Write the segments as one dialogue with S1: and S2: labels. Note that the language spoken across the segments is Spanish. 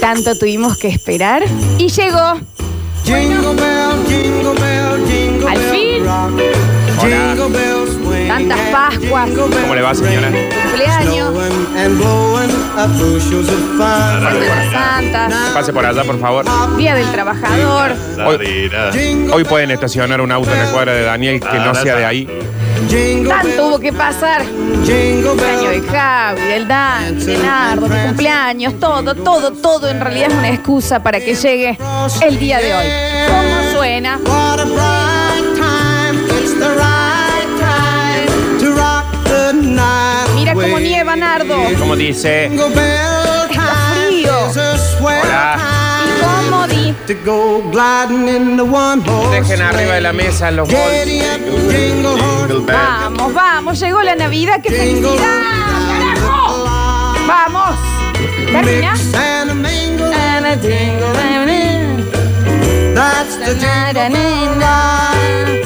S1: tanto tuvimos que esperar. Y llegó.
S2: Jingle bell, jingle bell, jingle
S1: Al
S2: bell
S1: fin.
S2: rock. Jingle bells swing
S1: Tantas
S2: and
S1: Pascuas.
S2: jingle bells
S3: ¿Cómo le va, señora?
S2: ring.
S1: Cumpleaños.
S2: Snowing and blowing up bushels of fun.
S1: Semana Santa.
S3: Pase por allá, por favor.
S1: Día del Trabajador.
S3: Hoy, hoy pueden estacionar un auto en la cuadra de Daniel que no sea de ahí.
S2: Jingle
S1: Tanto hubo que pasar.
S2: bell, jingle
S1: El año
S2: bell.
S1: de Javi, del Dan, de Nardo, mi cumpleaños, todo, todo, todo en realidad es una excusa para que llegue el día de hoy. ¿Cómo suena?
S2: What a bright time. It's the right time to rock the night
S1: Mira cómo
S2: away.
S1: nieva, Nardo.
S3: Como dice,
S2: Jingle bell time
S1: frío.
S2: is a swell
S3: Hola.
S2: time
S1: ¿Y cómo di?
S2: to go gliding in the one horse
S3: dejen arriba de la mesa los
S2: Giddy
S3: bols.
S2: up, jingle horse.
S1: Vamos, vamos, llegó la Navidad, qué felicidad, carajo. Vamos. Termina.
S2: Mix and a mingle and a jingle and a- That's the jingle bell ride.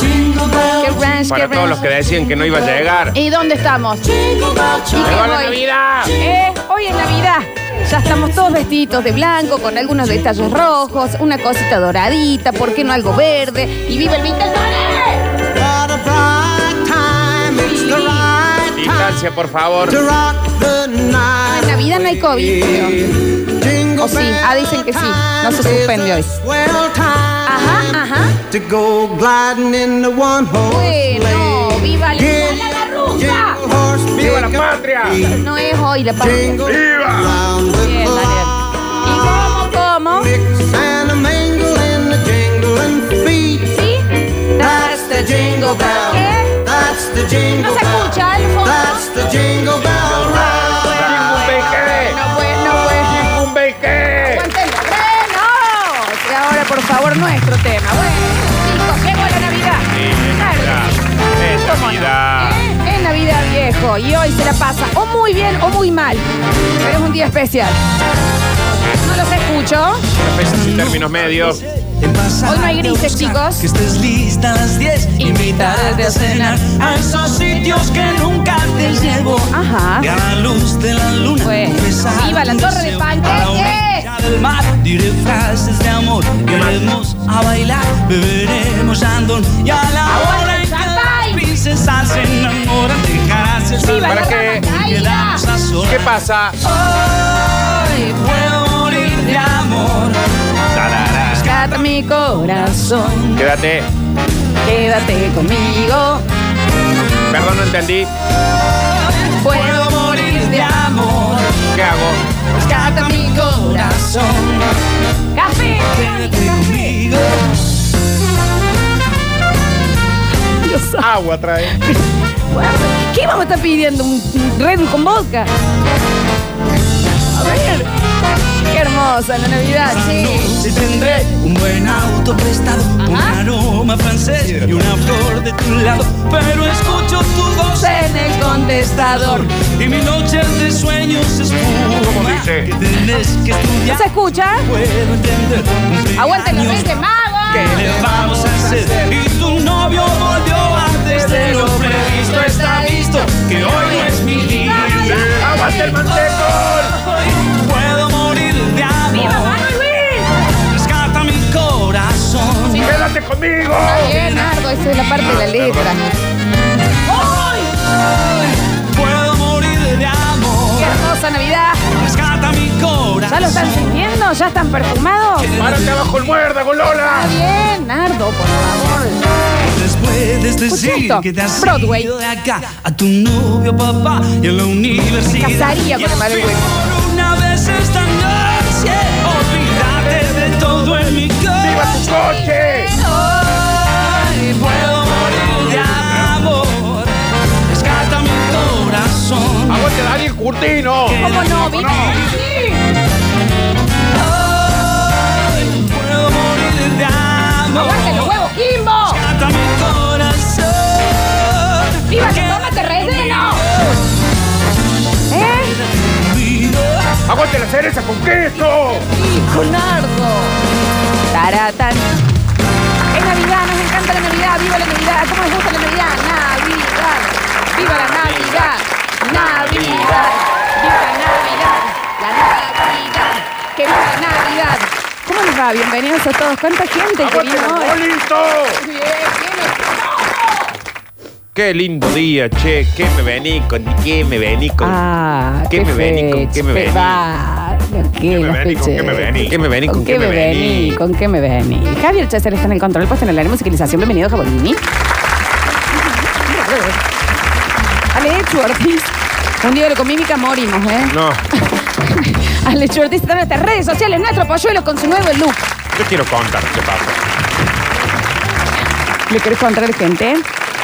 S2: Jingle bell,
S1: Qué ranch, qué
S3: Para todos los
S1: ranch.
S3: que decían que no iba a llegar.
S1: ¿Y dónde estamos?
S2: jingle bell
S1: ¿Y qué
S3: ¡Llegó la
S1: voy?
S3: Navidad!
S1: Eh, hoy es Navidad. Ya estamos todos vestiditos de blanco, con algunos detalles rojos, una cosita doradita, ¿por qué no algo verde? Y viva el Vintage Dólar!
S2: What a bright time, it's the right time
S3: Distancia, por favor.
S2: to rock the night.
S1: En Navidad no hay COVID, creo.
S2: Jingle
S1: O sí, ah, dicen que sí, no se
S2: bell
S1: suspende
S2: time
S1: hoy.
S2: is a swell time
S1: Ajá, ajá.
S2: to go gliding in the one horse
S1: Bueno,
S2: sleigh.
S1: viva la-
S2: Get
S1: ¡Hola, la rusa!
S2: jingle horse,
S3: ¡Viva la
S2: pick up
S3: patria!
S2: the
S1: No es hoy la parte. Bien,
S2: Jingle
S3: ¡Viva!
S2: round the
S1: Daniel.
S2: clock.
S1: ¿Y cómo, cómo?
S2: Mix and a mingle and a jingling feet.
S1: ¿Sí?
S2: That's the jingle bell.
S1: ¿Eh?
S2: That's the jingle
S1: ¿No se
S2: bell.
S1: escucha el fondo?
S2: That's the jingle bell
S3: ¡Un
S2: ride.
S3: beque!
S1: No puede, no pues. puede.
S3: ¡Un beque!
S1: Aguanten los frenos. Y ahora, por favor, nuestro tema. Bueno, chicos, llegó la Navidad. Claro que sí.
S3: Es
S1: ¿Cómo no?
S3: Navidad.
S1: ¿Eh? Es Navidad viejo y hoy se la pasa o muy bien o muy mal. Pero es un día especial. No los escucho.
S3: Pesos y términos medios.
S1: Hoy no hay grises, chicos.
S4: Que estés lista a las 10. Invitarte a cenar a esos sitios que nunca te llevo.
S1: Ajá.
S4: Y a la luz de la luna.
S1: Bueno,
S4: confesar
S1: viva la
S4: un
S1: torre de ¿eh?
S4: deseo.
S1: Pancake.
S4: A la orilla del mar diré frases de amor. Iremos a bailar, beberemos andón. Y a la
S1: Aguanta
S4: hora
S1: el
S4: en que las
S1: champagne.
S4: princesas se enamoran, dejarás el
S1: Viva
S3: ¿Para
S1: la
S3: qué?
S1: rama caída.
S4: Quedamos a solas.
S3: ¿Qué pasa?
S4: Hoy puedo morir de amor.
S1: Rescata mi corazón,
S3: Quédate.
S1: quédate conmigo.
S3: Perdón, no entendí.
S1: Puedo morir de
S4: amor.
S3: ¿Qué hago?
S1: rescata mi corazón. Café,
S4: Quédate
S1: Verónica.
S4: conmigo.
S3: Agua trae.
S1: ¿Qué vamos a estar pidiendo? ¿Un un Red Bull con vodka? A ver. Qué hermosa la Navidad, sí.
S4: Si tendré un buen auto prestado, un
S1: Ajá.
S4: aroma francés y una flor de tu lado. Pero escucho tu voz
S1: En el contestador.
S4: y mi noche de sueños es
S3: ¿Cómo
S4: espuma.
S3: dice?
S4: Que tenés que
S1: ¿No
S4: estudiar.
S1: se escucha?
S4: Puedo entender.
S1: Aguante los
S4: cumpleaños
S1: Reyes Magos.
S4: le vamos a hacer? Y tu novio volvió antes de lo previsto. Está listo que hoy no es mi día.
S3: ¡Aguante el manteco!
S4: Hoy puedo morir de
S1: ¡Viva
S4: amor.
S1: Manuel Luis!
S4: Rescata mi corazón.
S3: ¡Quédate conmigo!
S1: Bien, Nardo, esa es la parte de la letra.
S4: Puedo morir de
S1: ¡Qué
S4: amor.
S1: hermosa Navidad!
S4: Rescata mi
S1: ¿Ya lo están
S4: corazón.
S1: sintiendo? ¿Ya están perfumados?
S3: ¡Párate abajo el muerda,
S1: Está
S3: Golola!
S1: bien, Nardo, por favor.
S4: Puedes decir
S1: esto,
S4: que te has
S1: Broadway.
S4: ido de acá a tu novio, papá, y a la universidad.
S1: Me casaría con
S4: Y al
S1: Emanuel
S4: fin, por una vez esta noche, olvídate de todo en mi
S3: ¡Viva tu
S4: corazón.
S3: coche!
S4: Hoy puedo morir de amor. Rescata mi corazón.
S3: ¡Aguante Daniel Curtino!
S1: ¿Cómo no? ¡Viva
S4: Hoy puedo morir de amor.
S1: ¡Aguante los huevos, Kimbo!
S4: Rescata mi corazón.
S1: ¡Viva que tomate relleno! ¿Eh?
S3: ¡Aguante la cereza con queso!
S1: ¡Hijo Nardo! Taratan. Es Navidad, nos encanta la Navidad, viva la Navidad, ¿cómo nos gusta la Navidad? Navidad, viva la Navidad, Navidad, viva la Navidad, la Navidad. les va? Bienvenidos a todos. ¿Cuánta gente que
S3: ¡Aguante
S1: vino hoy?
S3: Manolito!
S1: Bien, bien.
S3: ¡Qué lindo día, che! ¿Qué me vení con? ¿Qué me vení con?
S1: Ah,
S3: ¿Qué me vení con? ¿Qué me
S1: fecha,
S3: vení?
S1: va. ¿Con ¿Qué,
S3: me
S1: la
S3: vení? ¿Con
S1: fecha?
S3: qué me vení? ¿Qué me vení?
S1: ¿Con qué me vení? ¿Con qué me vení? Javier Chester está en el control, puesto en el área de musicalización. Bienvenido, Jabonini. Alechu Ortiz. Un día de con mímica morimos, ¿eh?
S3: No,
S1: Alechu Ortiz está en nuestras redes sociales, nuestro polluelo con su nuevo look.
S3: yo quiero contar qué pasa.
S1: ¿Le querés contar gente?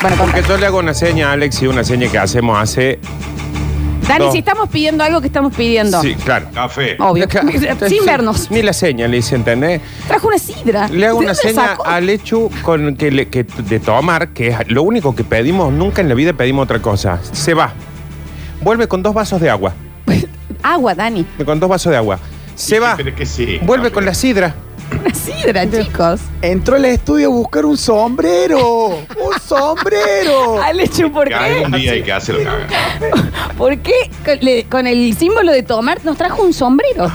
S1: Bueno,
S3: Porque
S1: contar.
S3: yo le hago una seña a Alex y una seña que hacemos hace.
S1: Dani,
S3: no.
S1: si estamos pidiendo algo que estamos pidiendo.
S3: Sí, claro.
S4: Café.
S1: Obvio.
S3: Acá-
S1: Sin
S3: sí,
S1: vernos.
S3: Ni la seña le hice, ¿entendés?
S1: Trajo una sidra.
S3: Le hago
S1: ¿De
S3: una
S1: dónde
S3: seña
S1: sacó?
S3: al hecho con que, le- que de tomar, que es lo único que pedimos, nunca en la vida pedimos otra cosa. Se va. Vuelve con dos vasos de agua.
S1: Agua, Dani.
S3: Con dos vasos de agua. Se va.
S4: Pero es que sí.
S3: Vuelve con la sidra.
S1: Una sidra, chicos.
S5: Entró al estudio a buscar un sombrero. ¡Un sombrero!
S1: Alechu, ¿por
S4: Que algún
S1: qué?
S4: día hay que hacerlo cagar.
S1: ¿Por qué con, le- con el símbolo de tomar nos trajo un sombrero?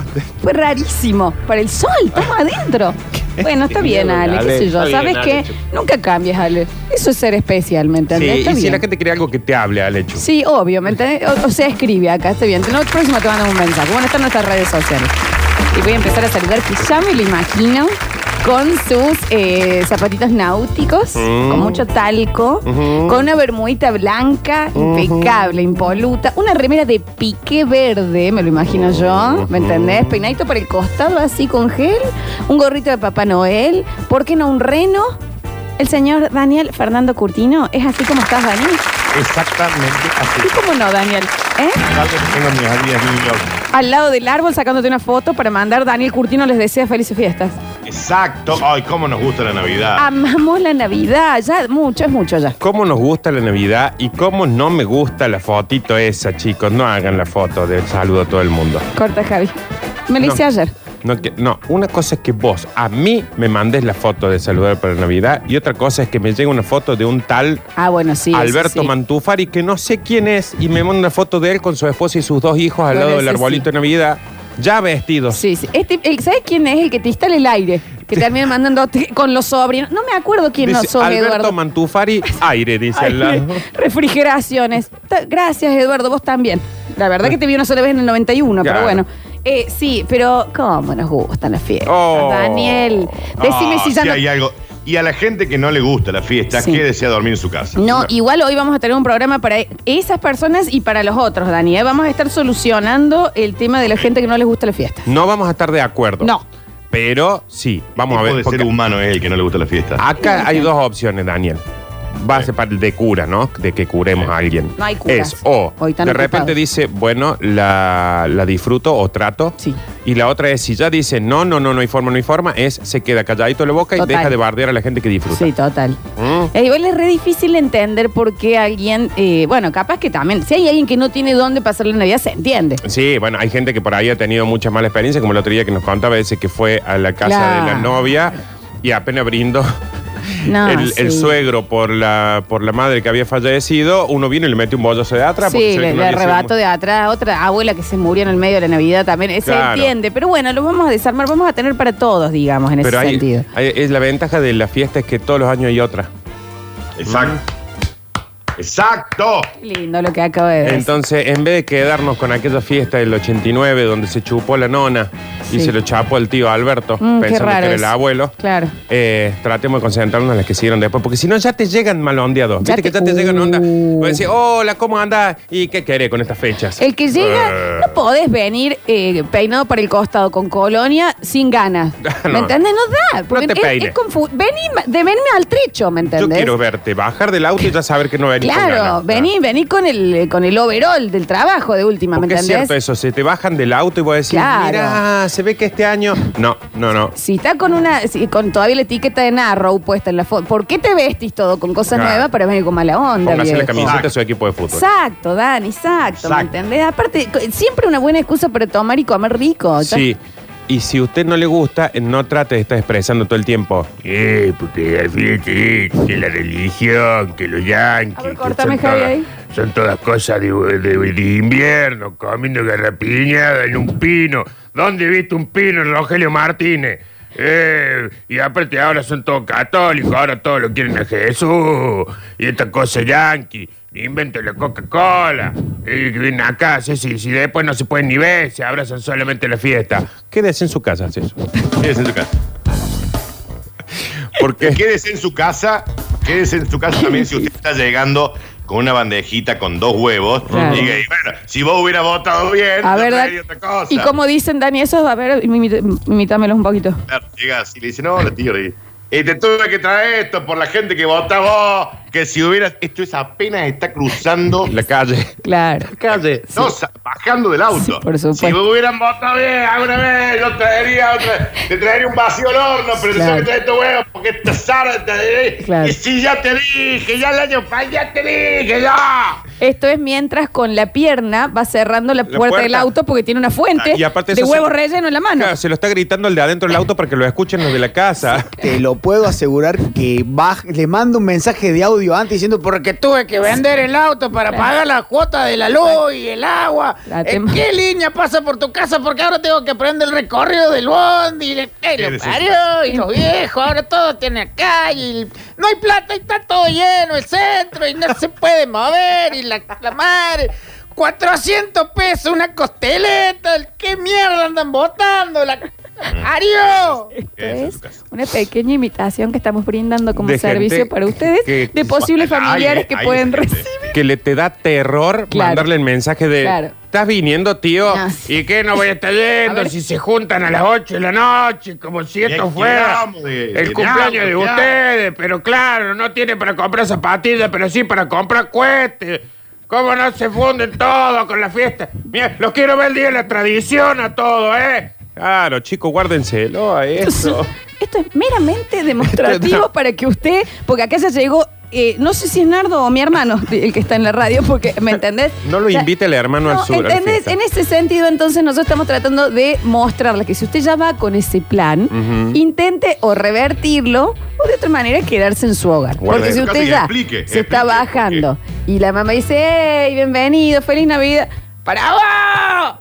S1: Fue rarísimo. Para el sol, estamos adentro. Bueno, está bien, Ale, qué sé yo.
S3: Está bien,
S1: ¿Sabes qué?
S3: Alechu.
S1: Nunca cambies, Ale. Eso es ser especial, ¿me
S3: Sí,
S1: entendés?
S3: y
S1: Está
S3: si
S1: bien.
S3: la gente quiere algo que te hable al hecho.
S1: Sí, obvio, ¿me entendés? O, o sea, escribe acá, está bien. No, el próximo te mandan un mensaje. Bueno, están nuestras redes sociales. Y voy a empezar a saludar, que ya me lo imagino, con sus eh, zapatitos náuticos,
S3: Mm.
S1: con mucho talco,
S3: Ujú.
S1: con una bermudita blanca, impecable, impoluta, una remera de pique verde, me lo imagino yo, ¿me entendés? Peinadito para el costado, así con gel, un gorrito de Papá Noel, ¿por qué no un reno? El señor Daniel Fernando Curtino, ¿es así como estás, Daniel?
S4: Exactamente así.
S1: ¿Y cómo no, Daniel? ¿Eh?
S4: Tal vez tengo mis amigas New York.
S1: Al lado del árbol sacándote una foto para mandar Daniel Curtino les desea felices fiestas.
S4: Exacto. Ay, cómo nos gusta la Navidad.
S3: Ah.
S1: Amamos la Navidad, ya mucho, es mucho ya.
S3: ¿Cómo nos gusta la Navidad y cómo no me gusta la fotito esa, chicos? No hagan la foto del saludo a todo el mundo.
S1: Corta, Javi. Me lo
S3: No.
S1: hice ayer.
S3: No, que- no, una cosa es que vos a mí me mandes la foto de saludar para Navidad y otra cosa es que me llegue una foto de un tal
S1: Ah, bueno, sí. eso
S3: Alberto
S1: sí.
S3: Mantufari que no sé quién es y me manda una foto de él con su esposa y sus dos hijos al
S1: Con
S3: lado del
S1: ese
S3: arbolito
S1: sí.
S3: de Navidad, ya vestidos.
S1: Sí, sí. Este, el- ¿Sabes quién es el que te instala el aire? Que termina mandando t- con los sobrinos. No me acuerdo quién
S3: Dice,
S1: no soy,
S3: Alberto
S1: Eduardo.
S3: Mantufari, aire, dice al lado.
S1: Aire, refrigeraciones. Ta- Gracias, Eduardo, vos también. La verdad que te vi una sola vez en el 91,
S3: Claro.
S1: pero bueno. Eh, sí, pero ¿cómo nos gustan las fiestas?
S3: Oh.
S1: Daniel, decime
S4: Ah,
S1: si ya
S4: sí
S1: no...
S4: hay algo. Y a la gente que no le gusta la fiesta,
S1: Sí.
S4: que desea dormir en su casa.
S1: No, igual hoy vamos a tener un programa para esas personas y para los otros, Dani. ¿eh? Vamos a estar solucionando el tema de la gente que no les gusta la fiesta.
S3: No vamos a estar de acuerdo.
S1: No.
S3: Pero sí, vamos a
S4: Vamos
S3: ver.
S4: de ser
S3: porque
S4: humano es el que no le gusta la fiesta.
S1: Ah.
S3: acá hay dos opciones, Daniel. Va a ser para el de cura, ¿no? De que curemos a alguien.
S1: No hay curas.
S3: Es o
S1: Hoy tan
S3: de
S1: ocupados.
S3: repente dice, bueno, la, la disfruto o trato.
S1: Sí.
S3: Y la otra es, si ya dice, no, no, no, no hay forma, no hay forma, es se queda calladito la boca y
S1: Total.
S3: deja de bardear a la gente que disfruta.
S1: Sí, total.
S3: Mm.
S1: Eh, igual es re difícil entender por qué alguien, eh, bueno, capaz que también, si hay alguien que no tiene dónde pasar la Navidad, se entiende.
S3: Sí, bueno, hay gente que por ahí ha tenido muchas malas experiencias, como el otro día que nos contaba, dice que fue a la casa
S1: Claro.
S3: de la novia y apenas brindó
S1: No,
S3: el, el
S1: sí.
S3: suegro por la, por la madre que había fallecido, uno vino y le metió un bollazo de atrás. porque
S1: Sí,
S3: se ve
S1: le,
S3: que no
S1: le
S3: había sido
S1: arrebato
S3: muy-
S1: de atrás a otra abuela que se murió en el medio de la Navidad también. eh, Se
S3: Claro.
S1: entiende, pero bueno, lo vamos a desarmar, vamos a tener para todos, digamos, en
S3: Pero
S1: ese sentido.
S3: hay, hay- es la ventaja de la fiesta es que todos los años hay otra.
S4: Exacto. Exacto.
S1: Qué lindo lo que acabo de decir.
S3: Entonces, en vez de quedarnos con aquella fiesta del 89 donde se chupó la nona y
S1: Sí.
S3: se lo chapó el tío Alberto,
S1: Mm, qué
S3: pensando que
S1: raro
S3: era el
S1: eso.
S3: abuelo,
S1: Claro.
S3: Eh, tratemos de concentrarnos en las que siguieron después, porque si no ya te llegan malondeados.
S1: Ya
S3: Viste que
S1: te-
S3: ya te llegan onda.
S1: Uh.
S3: Voy a decir, hola, ¿cómo andás? ¿Y qué querés con estas fechas?
S1: El que llega,
S3: Eh.
S1: no podés venir eh, peinado para el costado con colonia sin ganas.
S3: No.
S1: ¿Me entiendes? No da. porque
S3: No te
S1: es-
S3: peines.
S1: es confu- Vení, ma- de- venme al trecho, ¿me
S3: Yo
S1: entendés?
S3: quiero verte bajar del auto y ya saber que no venís con
S1: Claro,
S3: ganas.
S1: vení, vení con el, eh, con el overall del trabajo de última, ¿me
S3: Porque es
S1: entendés?
S3: cierto eso, se te bajan del auto y vos decís,
S1: Claro.
S3: mira, se ve que este año. No, no, no.
S1: Si está con una, si con todavía la etiqueta de Narrow puesta en la foto, ¿por qué te vestís todo con cosas
S3: Claro.
S1: nuevas para venir con mala onda?
S3: Póngase la
S1: viejo?
S3: camiseta de su equipo de fútbol.
S1: Exacto, Dani, exacto, ¿me
S4: Exacto.
S1: entendés? Aparte, co- siempre una buena excusa para tomar y comer rico. Ya
S3: Sí. Y si usted no le gusta, no trate de estar expresando todo el tiempo.
S6: Eh, porque así sí, que la religión, que los yanquis.
S1: A ver,
S6: que
S1: cortame,
S6: son
S1: Javi,
S6: todas-
S1: ahí.
S6: Son todas cosas de, de- de invierno, comiendo garrapiñada en un pino. ¿Dónde viste un pino, Rogelio Martínez? Eh, y aparte ahora son todos católicos, ahora todos lo quieren a Jesús. Y esta cosa yankee, invento la Coca-Cola. Y que vienen acá, sí, sí, sí, después no se pueden ni ver, se abrazan solamente en la fiesta.
S3: Quédese en su casa, Celso. Quédese en su casa. Porque
S7: Quédese en su casa, quédese en su casa también si usted está llegando con una bandejita con dos huevos.
S1: Claro.
S7: Diga, y bueno, si vos hubiera votado bien,
S1: A
S7: no
S1: ver,
S7: traería
S1: Dan-
S7: otra cosa.
S1: y como dicen, Dani, eso, a ver, imita- imítamelos un poquito.
S7: Claro, llega así, le dice, no, hola, tío, le dice, "Eh, te tuve que traer esto por la gente que vota vos, que si hubieras, esto es apenas está cruzando,
S3: la calle.
S1: Claro.
S3: Calle.
S7: no, sa- bajando del auto.
S1: Sí, por supuesto.
S7: Si vos hubieran votado bien alguna vez, yo traería otra, te traería un vacío al horno, pero
S1: Claro.
S7: te que traer estos huevos porque esta sarta, eh,
S1: Claro.
S7: y si ya te dije, ya el año pasado, ya te dije, ya.
S1: Esto es mientras con la pierna va cerrando la puerta, del
S3: puerta.
S1: auto porque tiene una fuente
S3: Ah, y aparte
S1: de
S3: eso
S1: huevo
S3: se-
S1: relleno en la mano.
S3: Claro, se lo está gritando el de adentro del auto para que lo escuchen los de la casa.
S5: Te lo puedo asegurar que baj- le mando un mensaje de audio antes diciendo porque tuve que vender el auto para pagar la cuota de la luz y el agua.
S1: La
S5: ¿En
S1: tem-
S5: qué línea pasa por tu casa? Porque ahora tengo que prender el recorrido del bondi. Y, le- ¡Eh, lo
S7: Sí, sí, sí.
S5: parió! y los viejos, ahora todo tiene acá y el- no hay plata y está todo lleno el centro y no se puede mover y la, la madre... 400 pesos, una costeleta, el- ¿qué mierda andan botando? La... ¡Ario!
S1: Esto es una pequeña imitación que estamos brindando como
S3: De
S1: servicio
S3: gente
S1: para ustedes
S3: que-
S1: de posibles
S7: Ay,
S1: familiares que
S7: ay,
S1: pueden
S7: gente.
S1: recibir.
S3: Que le te da terror
S1: Claro.
S3: mandarle el mensaje de
S1: Claro.
S3: ¿Estás viniendo, tío?
S1: No.
S6: ¿Y qué no voy a estar
S1: A ver.
S6: yendo si se juntan a las 8 de la noche? Como si esto
S7: es que
S6: fuera
S7: vamos de-
S6: el
S7: de
S6: cumpleaños
S7: nabo,
S6: de
S7: claro.
S6: ustedes. Pero claro, no tiene para comprar zapatillas, pero sí para comprar cohetes. ¿Cómo no se funden todo con la fiesta? Mira, los quiero ver el día de la tradición a todo, ¿eh?
S3: Claro, chicos, guárdenselo a eso.
S1: Esto es meramente demostrativo para que usted, porque acá ya llegó, eh, no sé si es Nardo o mi hermano el que está en la radio, porque, ¿me entendés?
S3: No lo
S1: O sea,
S3: invite el hermano al sur. a la
S1: ¿entendés?
S3: fiesta.
S1: En ese sentido, entonces, nosotros estamos tratando de mostrarle que si usted ya va con ese plan, intente o revertirlo o de otra manera quedarse en su hogar.
S3: Guarda
S1: Porque si
S7: eso.
S1: usted
S7: Y
S1: ya
S7: explique,
S1: se
S7: explique,
S1: está bajando y la mamá dice, ¡Ey, bienvenido, feliz Navidad! ¡Para abajo!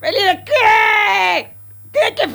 S1: ¡Feliz de qué! ¡Tiene que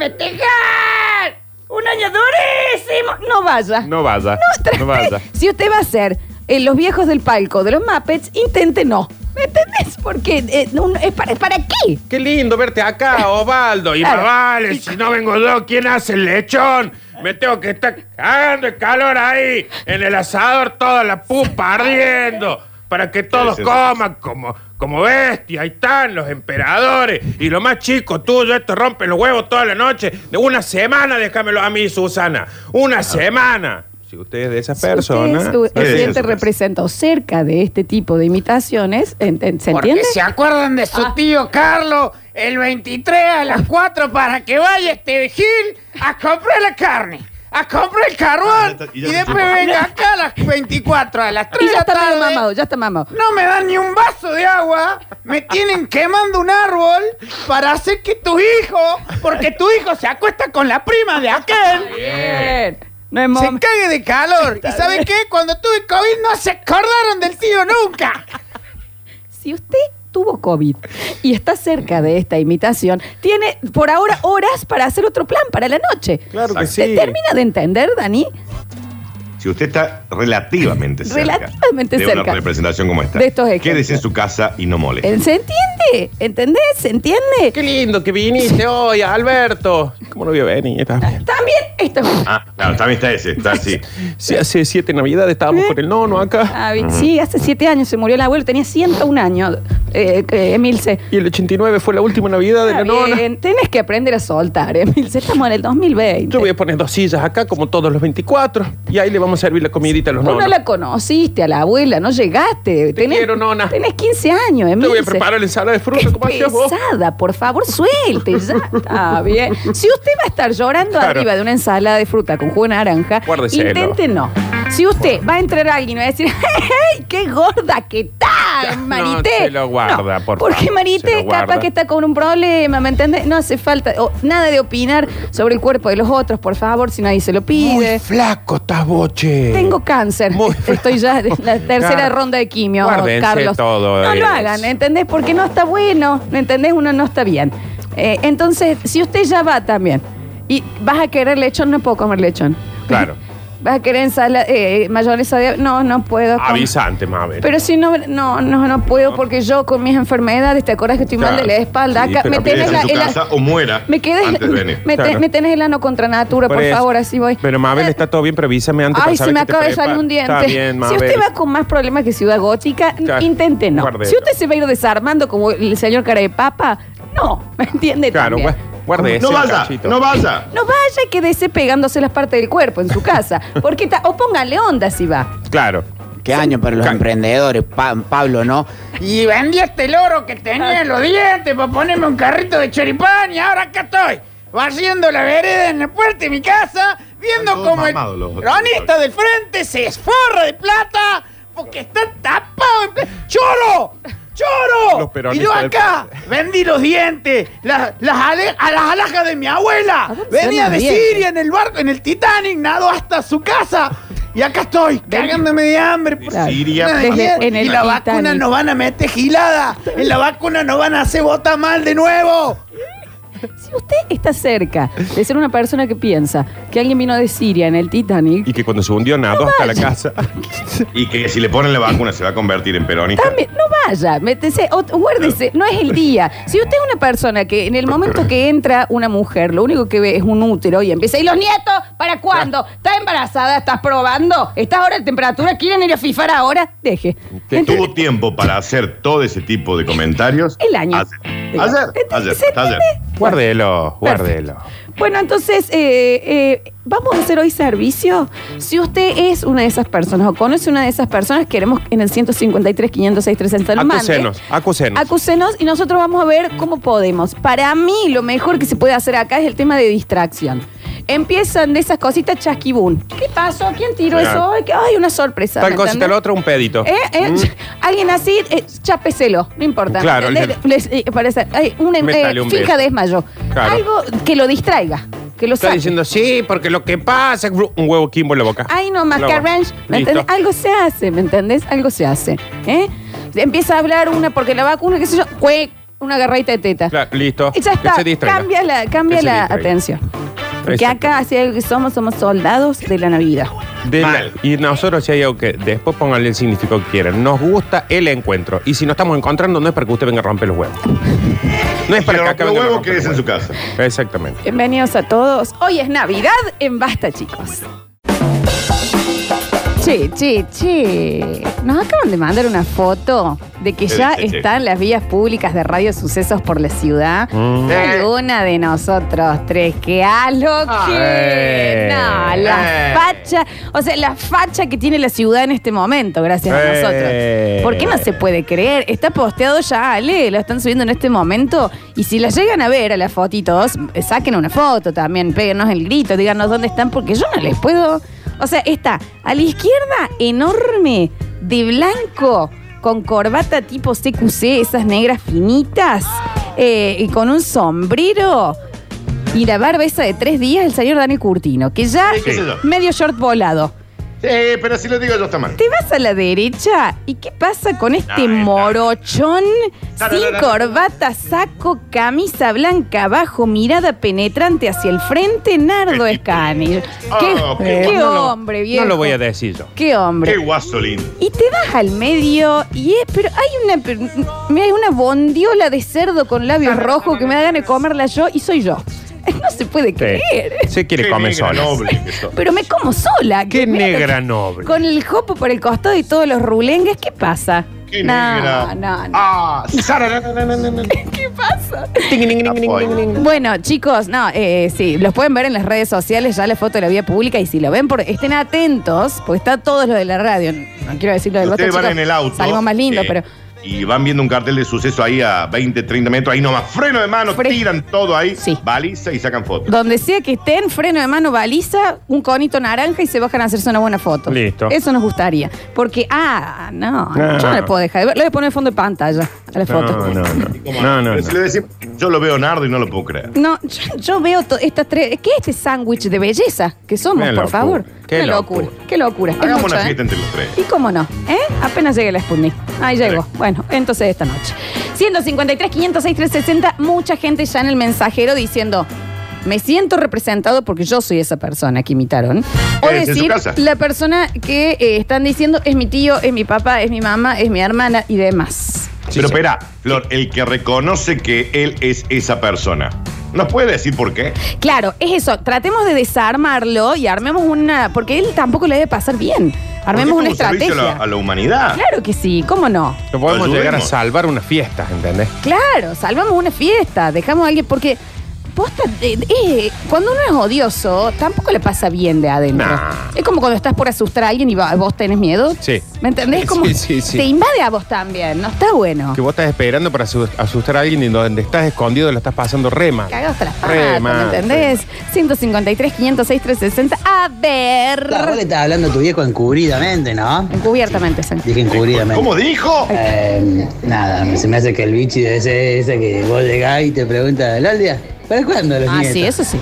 S1: festejar! ¡Un año durísimo! No vaya.
S3: No vaya.
S1: No,
S3: No vaya.
S1: Si usted va a ser eh, los viejos del palco de los Muppets, intente no. ¿Me entendés? Porque eh, no, no, es, para, ¿es para qué.
S3: Qué lindo verte acá, Ovaldo.
S6: Y
S3: Y
S1: Claro.
S6: me vale, si no vengo yo, ¿quién hace el lechón? Me tengo que estar cagando el calor ahí, en el asador, toda la pupa ardiendo, para que todos
S7: sí, sí.
S6: coman como, como bestias. Ahí están los emperadores. Y lo más chico tuyo, esto rompe los huevos toda la noche. De una semana, déjamelo a mí, Susana. Una semana.
S3: Ah. Si usted es de esas
S1: Si
S3: personas.
S1: Usted se-
S7: Sí,
S1: se
S7: sí,
S1: siente
S7: sí, sí.
S1: representado cerca de este tipo de imitaciones, ent- ¿se entiende?
S5: Porque se acuerdan de su tío Carlos el 23 a las 4 para que vaya este Gil a comprar la carne, a comprar el
S7: Ah, ya
S5: carbón
S7: está-
S5: y,
S7: y ya está
S5: después
S7: tipo.
S5: venga acá a las 24, a las 3
S1: Y
S5: de
S1: ya
S5: la
S1: está medio
S5: tarde.
S1: mamado, ya está mamado.
S5: No me dan ni un vaso de agua, me tienen quemando un árbol para hacer que tu hijo, porque tu hijo se acuesta con la prima de aquel.
S1: Bien. No es
S5: Se
S1: mom-
S5: cague de calor. ¿Y saben qué? Cuando tuve COVID no se acordaron del tío nunca.
S1: Si usted tuvo COVID y está cerca de esta imitación, tiene por ahora horas para hacer otro plan para la noche.
S3: Claro que
S1: ¿Se
S3: sí.
S1: termina de entender, Dani?
S7: Si usted está relativamente cerca
S1: Relativamente
S7: de
S1: cerca.
S7: una representación como esta,
S1: De estos ejemplos.
S7: quédese en su casa y no moleste.
S1: Eh, ¿Se entiende? ¿Entendés? ¿Se entiende?
S3: Qué lindo que viniste hoy, Alberto. ¿Cómo no voy a venir? Está bien.
S1: También esto es un-
S7: Ah, claro, también está ese, está así.
S3: Sí, hace siete navidades estábamos con el nono acá.
S1: Ah, bien. Sí, hace siete años se murió el abuelo, tenía 101 años, eh, eh, Emilce.
S3: Y el 89 fue la última navidad de
S1: Está
S3: la nona.
S1: bien, tenés que aprender a soltar, Emilce. Estamos en el 2020.
S3: Yo voy a poner dos sillas acá, como todos los 24. Y ahí le vamos a servir la comidita a los
S1: Vos no
S3: nonos.
S1: la conociste a la abuela, no llegaste. tenés,
S3: quiero, nona.
S1: Tenés 15 años, Emilce.
S3: Yo voy a preparar la ensalada de fruta
S1: Qué
S3: como hacías vos.
S1: pesada, por favor, suelte ya. Está bien. Si usted va a estar llorando
S3: Claro.
S1: arriba de una ensalada de fruta con jugo de naranja,
S3: Guárdeselo.
S1: intente no. Si usted va a entrar a alguien y va a decir, ¡Hey, qué gorda que está,
S3: No,
S1: Marité!
S3: se lo guarda, por
S1: Porque
S3: favor, se
S1: Marité
S3: lo guarda.
S1: capaz que está con un problema, ¿me entiendes? No hace falta o, nada de opinar sobre el cuerpo de los otros, por favor, si nadie se lo pide.
S3: flaco estás, boche.
S1: Tengo cáncer.
S3: Eh, Muy-
S1: Estoy ya en la tercera
S3: Claro.
S1: ronda de quimio,
S3: Guárdense
S1: Carlos.
S3: todo
S1: no lo
S3: eso.
S1: hagan, ¿entendés? Porque no está bueno, ¿entendés? Uno no está bien. Eh, entonces, si usted ya va también y Y vas a querer lechón, no puedo comer lechón.
S3: Claro.
S1: Vas a querer ensalada, eh, mayonesa de... No, no puedo. comer.
S3: Avisa antes, Mabel.
S1: Pero si no, no, no, no puedo porque yo con mis enfermedades, ¿te acuerdas que estoy mal de la
S3: Claro.
S1: espalda?
S3: Sí,
S1: Acá
S3: pero
S1: me tenés
S7: Quédese
S1: la...
S7: en tu
S1: el-
S7: casa o muera
S1: me, quedes-
S7: antes de venir.
S1: me, te-
S3: Claro.
S1: me tenés el ano contra natura, por,
S3: eso.
S1: favor, así voy.
S3: Pero Mabel,
S1: Eh,
S3: está todo bien, pero avísame antes.
S1: Ay,
S3: para
S1: se
S3: saber
S1: me
S3: qué te
S1: acaba de salir
S3: prepara.
S1: un diente.
S3: Está bien,
S1: si
S3: Mabel.
S1: usted va con más problemas que Ciudad Gótica,
S3: Claro.
S1: intente no.
S3: Guarde
S1: Si
S3: eso.
S1: usted se va a ir desarmando como el señor cara de papa, no, ¿me entiende?
S3: Claro,
S1: También.
S3: gua- guarde
S7: No
S3: ese
S7: vaya,
S3: cachito.
S7: no vaya.
S1: No vaya que desee pegándose las partes del cuerpo en su casa. Porque ta- o póngale onda si va.
S3: Claro.
S2: Qué año para los emprendedores, Pa- Pablo, ¿no?
S5: Y vendí este loro que tenía en los dientes para ponerme un carrito de choripán y ahora acá estoy. Vaciando la vereda en la puerta de mi casa, viendo
S7: Están todos
S5: como el
S7: mamados los-
S5: cronista del frente se esforra de plata porque está tapado en pla- ¡Choro!
S3: Los
S5: ¡Choro! Y
S3: peronistas
S5: yo
S3: del
S5: acá vendí los dientes, las, las ale- a las alhajas de mi abuela.
S1: dónde
S5: Venía
S1: están
S5: de
S1: los dientes?
S5: Siria en el barco, en el Titanic, nado hasta su casa. Y acá estoy, cagándome de hambre. Pues por-
S1: Claro.
S7: Siria,
S5: Una de
S1: Desde-
S5: diez,
S1: en el
S5: y la
S1: Titanic.
S5: vacuna no van a meter gilada. En la vacuna no van a hacer vota mal de nuevo.
S1: Si usted está cerca de ser una persona que piensa que alguien vino de Siria en el Titanic,
S3: Y que cuando se hundió nado hasta la casa.
S7: Y que si le ponen la vacuna se va a convertir en peronista.
S1: También, no vaya, métese, o- guárdese, no es el día. Si usted es una persona que en el momento que entra una mujer, lo único que ve es un útero y empieza, ¿y los nietos? ¿Para cuándo? ¿Estás embarazada? ¿Estás probando? ¿Estás ahora en temperatura? ¿Quieren ir a fifar ahora? Deje.
S3: Te-
S1: ¿Entiende?
S7: Tuvo tiempo para hacer todo ese tipo de comentarios.
S1: El año.
S7: Ayer,
S1: Digo,
S7: ayer,
S1: ¿ent-
S7: ayer,
S1: se entiende?
S7: ayer.
S3: Guárdelo, guárdelo.
S1: Bueno, entonces, eh, eh, vamos a hacer hoy servicio. Si usted es una de esas personas o conoce una de esas personas, queremos en el 153, 506, 300, nos mande.
S3: Acúsenos, acúsenos.
S1: Acúsenos y nosotros vamos a ver cómo podemos. Para mí, lo mejor que se puede hacer acá es el tema de distracción. Empiezan de esas cositas chasquibún. ¿Qué pasó? ¿Quién tiró
S3: Claro.
S1: eso? Ay, que- Ay, una sorpresa.
S3: Tal
S1: ¿me
S3: cosa y
S1: entendés?
S3: tal otra, un pedito.
S1: Eh, eh, Alguien así, eh, chápeselo, no importa.
S3: Mm. Claro,
S1: Le-
S3: el-
S1: les- eh, parece, ay, una,
S3: Métale
S1: eh,
S3: un beso.
S1: finca desmayo.
S3: Claro.
S1: Algo que lo distraiga, que lo
S3: Está
S1: saque.
S3: diciendo sí, porque lo que pasa es un huevo quimbo en la boca.
S1: Ay, no, más
S3: La
S1: que
S3: boca.
S1: ranch, ¿me
S3: Listo.
S1: entendés? Algo se hace, ¿me entendés? Algo se hace. ¿eh? Empieza a hablar una porque la vacuna, qué sé yo, cue, una garraita de teta.
S3: Claro, listo.
S1: Y ya
S3: Que
S1: está,
S3: se distraiga.
S1: cambia la, cambia
S3: Que se
S1: la
S3: distraiga.
S1: atención. Porque
S3: Exacto.
S1: acá, si hay algo que somos, somos soldados de la Navidad.
S3: De la-
S7: Mal.
S3: y nosotros si hay algo que después pónganle el significado que quieran. Nos gusta el encuentro. Y si no estamos encontrando, no es para que usted venga a romper los huevos. No es
S7: Si
S3: para
S7: le
S3: que
S7: rompe
S3: acaben
S7: los
S3: de
S7: huevos,
S3: romper
S7: quédese en
S3: los
S7: su
S3: huevos.
S7: casa.
S3: Exactamente.
S1: Bienvenidos a todos. Hoy es Navidad en Basta, chicos. Che, che, che. Nos acaban de mandar una foto de que
S7: Sí,
S1: ya
S7: sí, sí.
S1: están las vías públicas de Radio Sucesos por la ciudad.
S3: Mm.
S1: Hay una de nosotros tres que a lo que.
S3: Eh.
S1: No, la
S7: Eh.
S1: facha. O sea, la facha que tiene la ciudad en este momento, gracias a
S3: Eh.
S1: nosotros. ¿Por qué no se puede creer? Está posteado ya, Ale, lo están subiendo en este momento. Y si la llegan a ver a las fotitos, eh, saquen una foto también, péguenos el grito, díganos dónde están, porque yo no les puedo. O sea, está a la izquierda, enorme, de blanco, con corbata tipo CQC, esas negras finitas, eh, y con un sombrero. Y la barba esa de tres días, el señor Daniel Curtino, que ya
S7: Sí, qué sé yo.
S1: medio short volado.
S7: Sí, pero si lo digo yo está mal.
S1: Te vas a la derecha y ¿qué pasa con este morochón
S7: No, no,
S1: sin
S7: no, no.
S1: corbata, saco, camisa blanca abajo, mirada penetrante hacia el frente? Nardo Escanil.
S7: Ah,
S1: Qué,
S7: qué
S1: qué
S3: Eh, No lo-
S1: hombre, viejo.
S3: No lo voy a decir yo.
S1: Qué hombre.
S7: Qué guasolín.
S1: Y te vas al medio y es, pero hay una, per- mira, hay una bondiola de cerdo con labios rojos que me da ganas de comerla yo y soy yo. No se puede
S3: Sí.
S1: creer.
S3: Se quiere
S7: Qué
S3: comer
S7: negra
S3: sola.
S7: noble que sos.
S1: Pero me como sola.
S3: Qué
S1: Mira lo
S3: negra
S1: que-
S3: noble.
S1: Con el jopo por el costado y todos los rulengues, ¿qué pasa?
S7: Qué
S1: no,
S7: negra.
S1: no, no.
S7: Ah, Sara, no, no, no, no, no.
S1: ¿Qué pasa?
S7: Apoyo.
S1: Bueno, chicos, no, eh, sí, los pueden ver en las redes sociales, ya la foto de la vía pública, y si lo ven, por, estén atentos, porque está todos los de la radio. No quiero decir lo del
S7: Ustedes
S1: voto,
S7: van
S1: chicos,
S7: en el auto.
S1: Algo más lindo,
S7: eh,
S1: pero.
S7: Y van viendo un cartel de suceso ahí a 20, 30 metros, ahí nomás, freno de mano,
S1: Fre-
S7: tiran todo ahí,
S1: Sí.
S7: baliza y sacan fotos.
S1: Donde sea que estén, freno de mano, baliza, un conito naranja y se bajan a hacerse una buena foto.
S3: Listo.
S1: Eso nos gustaría. Porque, ah, no,
S3: No.
S1: yo no le puedo dejar de ver. Le voy a poner el fondo de pantalla a la foto.
S3: No, no, no. No, no,
S7: Pero si le
S3: no.
S7: decimos, yo lo veo Nardo y no lo puedo creer.
S1: No, yo, yo veo to- estas tres. ¿Qué es este sándwich de belleza que somos,
S3: Qué
S1: por
S3: locura,
S1: favor?
S3: qué
S1: Una
S3: locura.
S1: Qué locura. Es
S7: Hagamos
S1: mucho,
S7: una
S1: ¿eh?
S7: fiesta entre los tres.
S1: ¿Y cómo no? ¿Eh? Apenas llegue la Sputnik. Ahí llegó.
S7: Sí.
S1: Bueno, entonces esta noche. 153, 506, 360. Mucha gente ya en el mensajero diciendo: me siento representado porque yo soy esa persona que imitaron. O
S7: Es en su
S1: decir,
S7: casa.
S1: la persona que eh, están diciendo es mi tío, es mi papá, es mi mamá, es mi hermana y demás.
S7: Pero espera, Flor, el que reconoce que él es esa persona, ¿nos puede decir por qué?
S1: Claro, es eso. Tratemos de desarmarlo y armemos una. Porque él tampoco le debe pasar bien. Armemos
S7: Porque
S1: una
S7: es como un servicio
S1: estrategia.
S7: A la, a la humanidad.
S1: Claro que sí, ¿cómo no?
S3: No podemos
S7: Ayudemos.
S3: llegar a salvar unas fiestas, ¿entendés?
S1: Claro, salvamos una fiesta, dejamos a alguien. Porque, posta, eh, eh, cuando uno es odioso, tampoco le pasa bien de adentro.
S3: Nah.
S1: Es como cuando estás por asustar a alguien y va- vos tenés miedo.
S3: Sí.
S1: ¿Me entendés?
S3: Sí,
S1: Como
S3: sí, sí.
S1: te invade a vos también, no está bueno.
S3: Que vos estás esperando para asu- asustar a alguien y donde estás escondido la estás pasando rema.
S1: Cagado hasta las
S3: Re
S1: patas, ¿me
S3: mal,
S1: entendés? 153, 506, 360. A ver.
S8: La vos le estás hablando a tu viejo encubridamente, ¿no?
S1: Encubiertamente, Santi.
S8: Dije encubridamente.
S7: ¿Cómo dijo?
S8: Eh, nada, se me hace que el bichi ese, ese que vos llegás y te pregunta, Laldia, ¿para cuándo los
S1: Ah,
S8: nietos?
S1: sí, eso sí.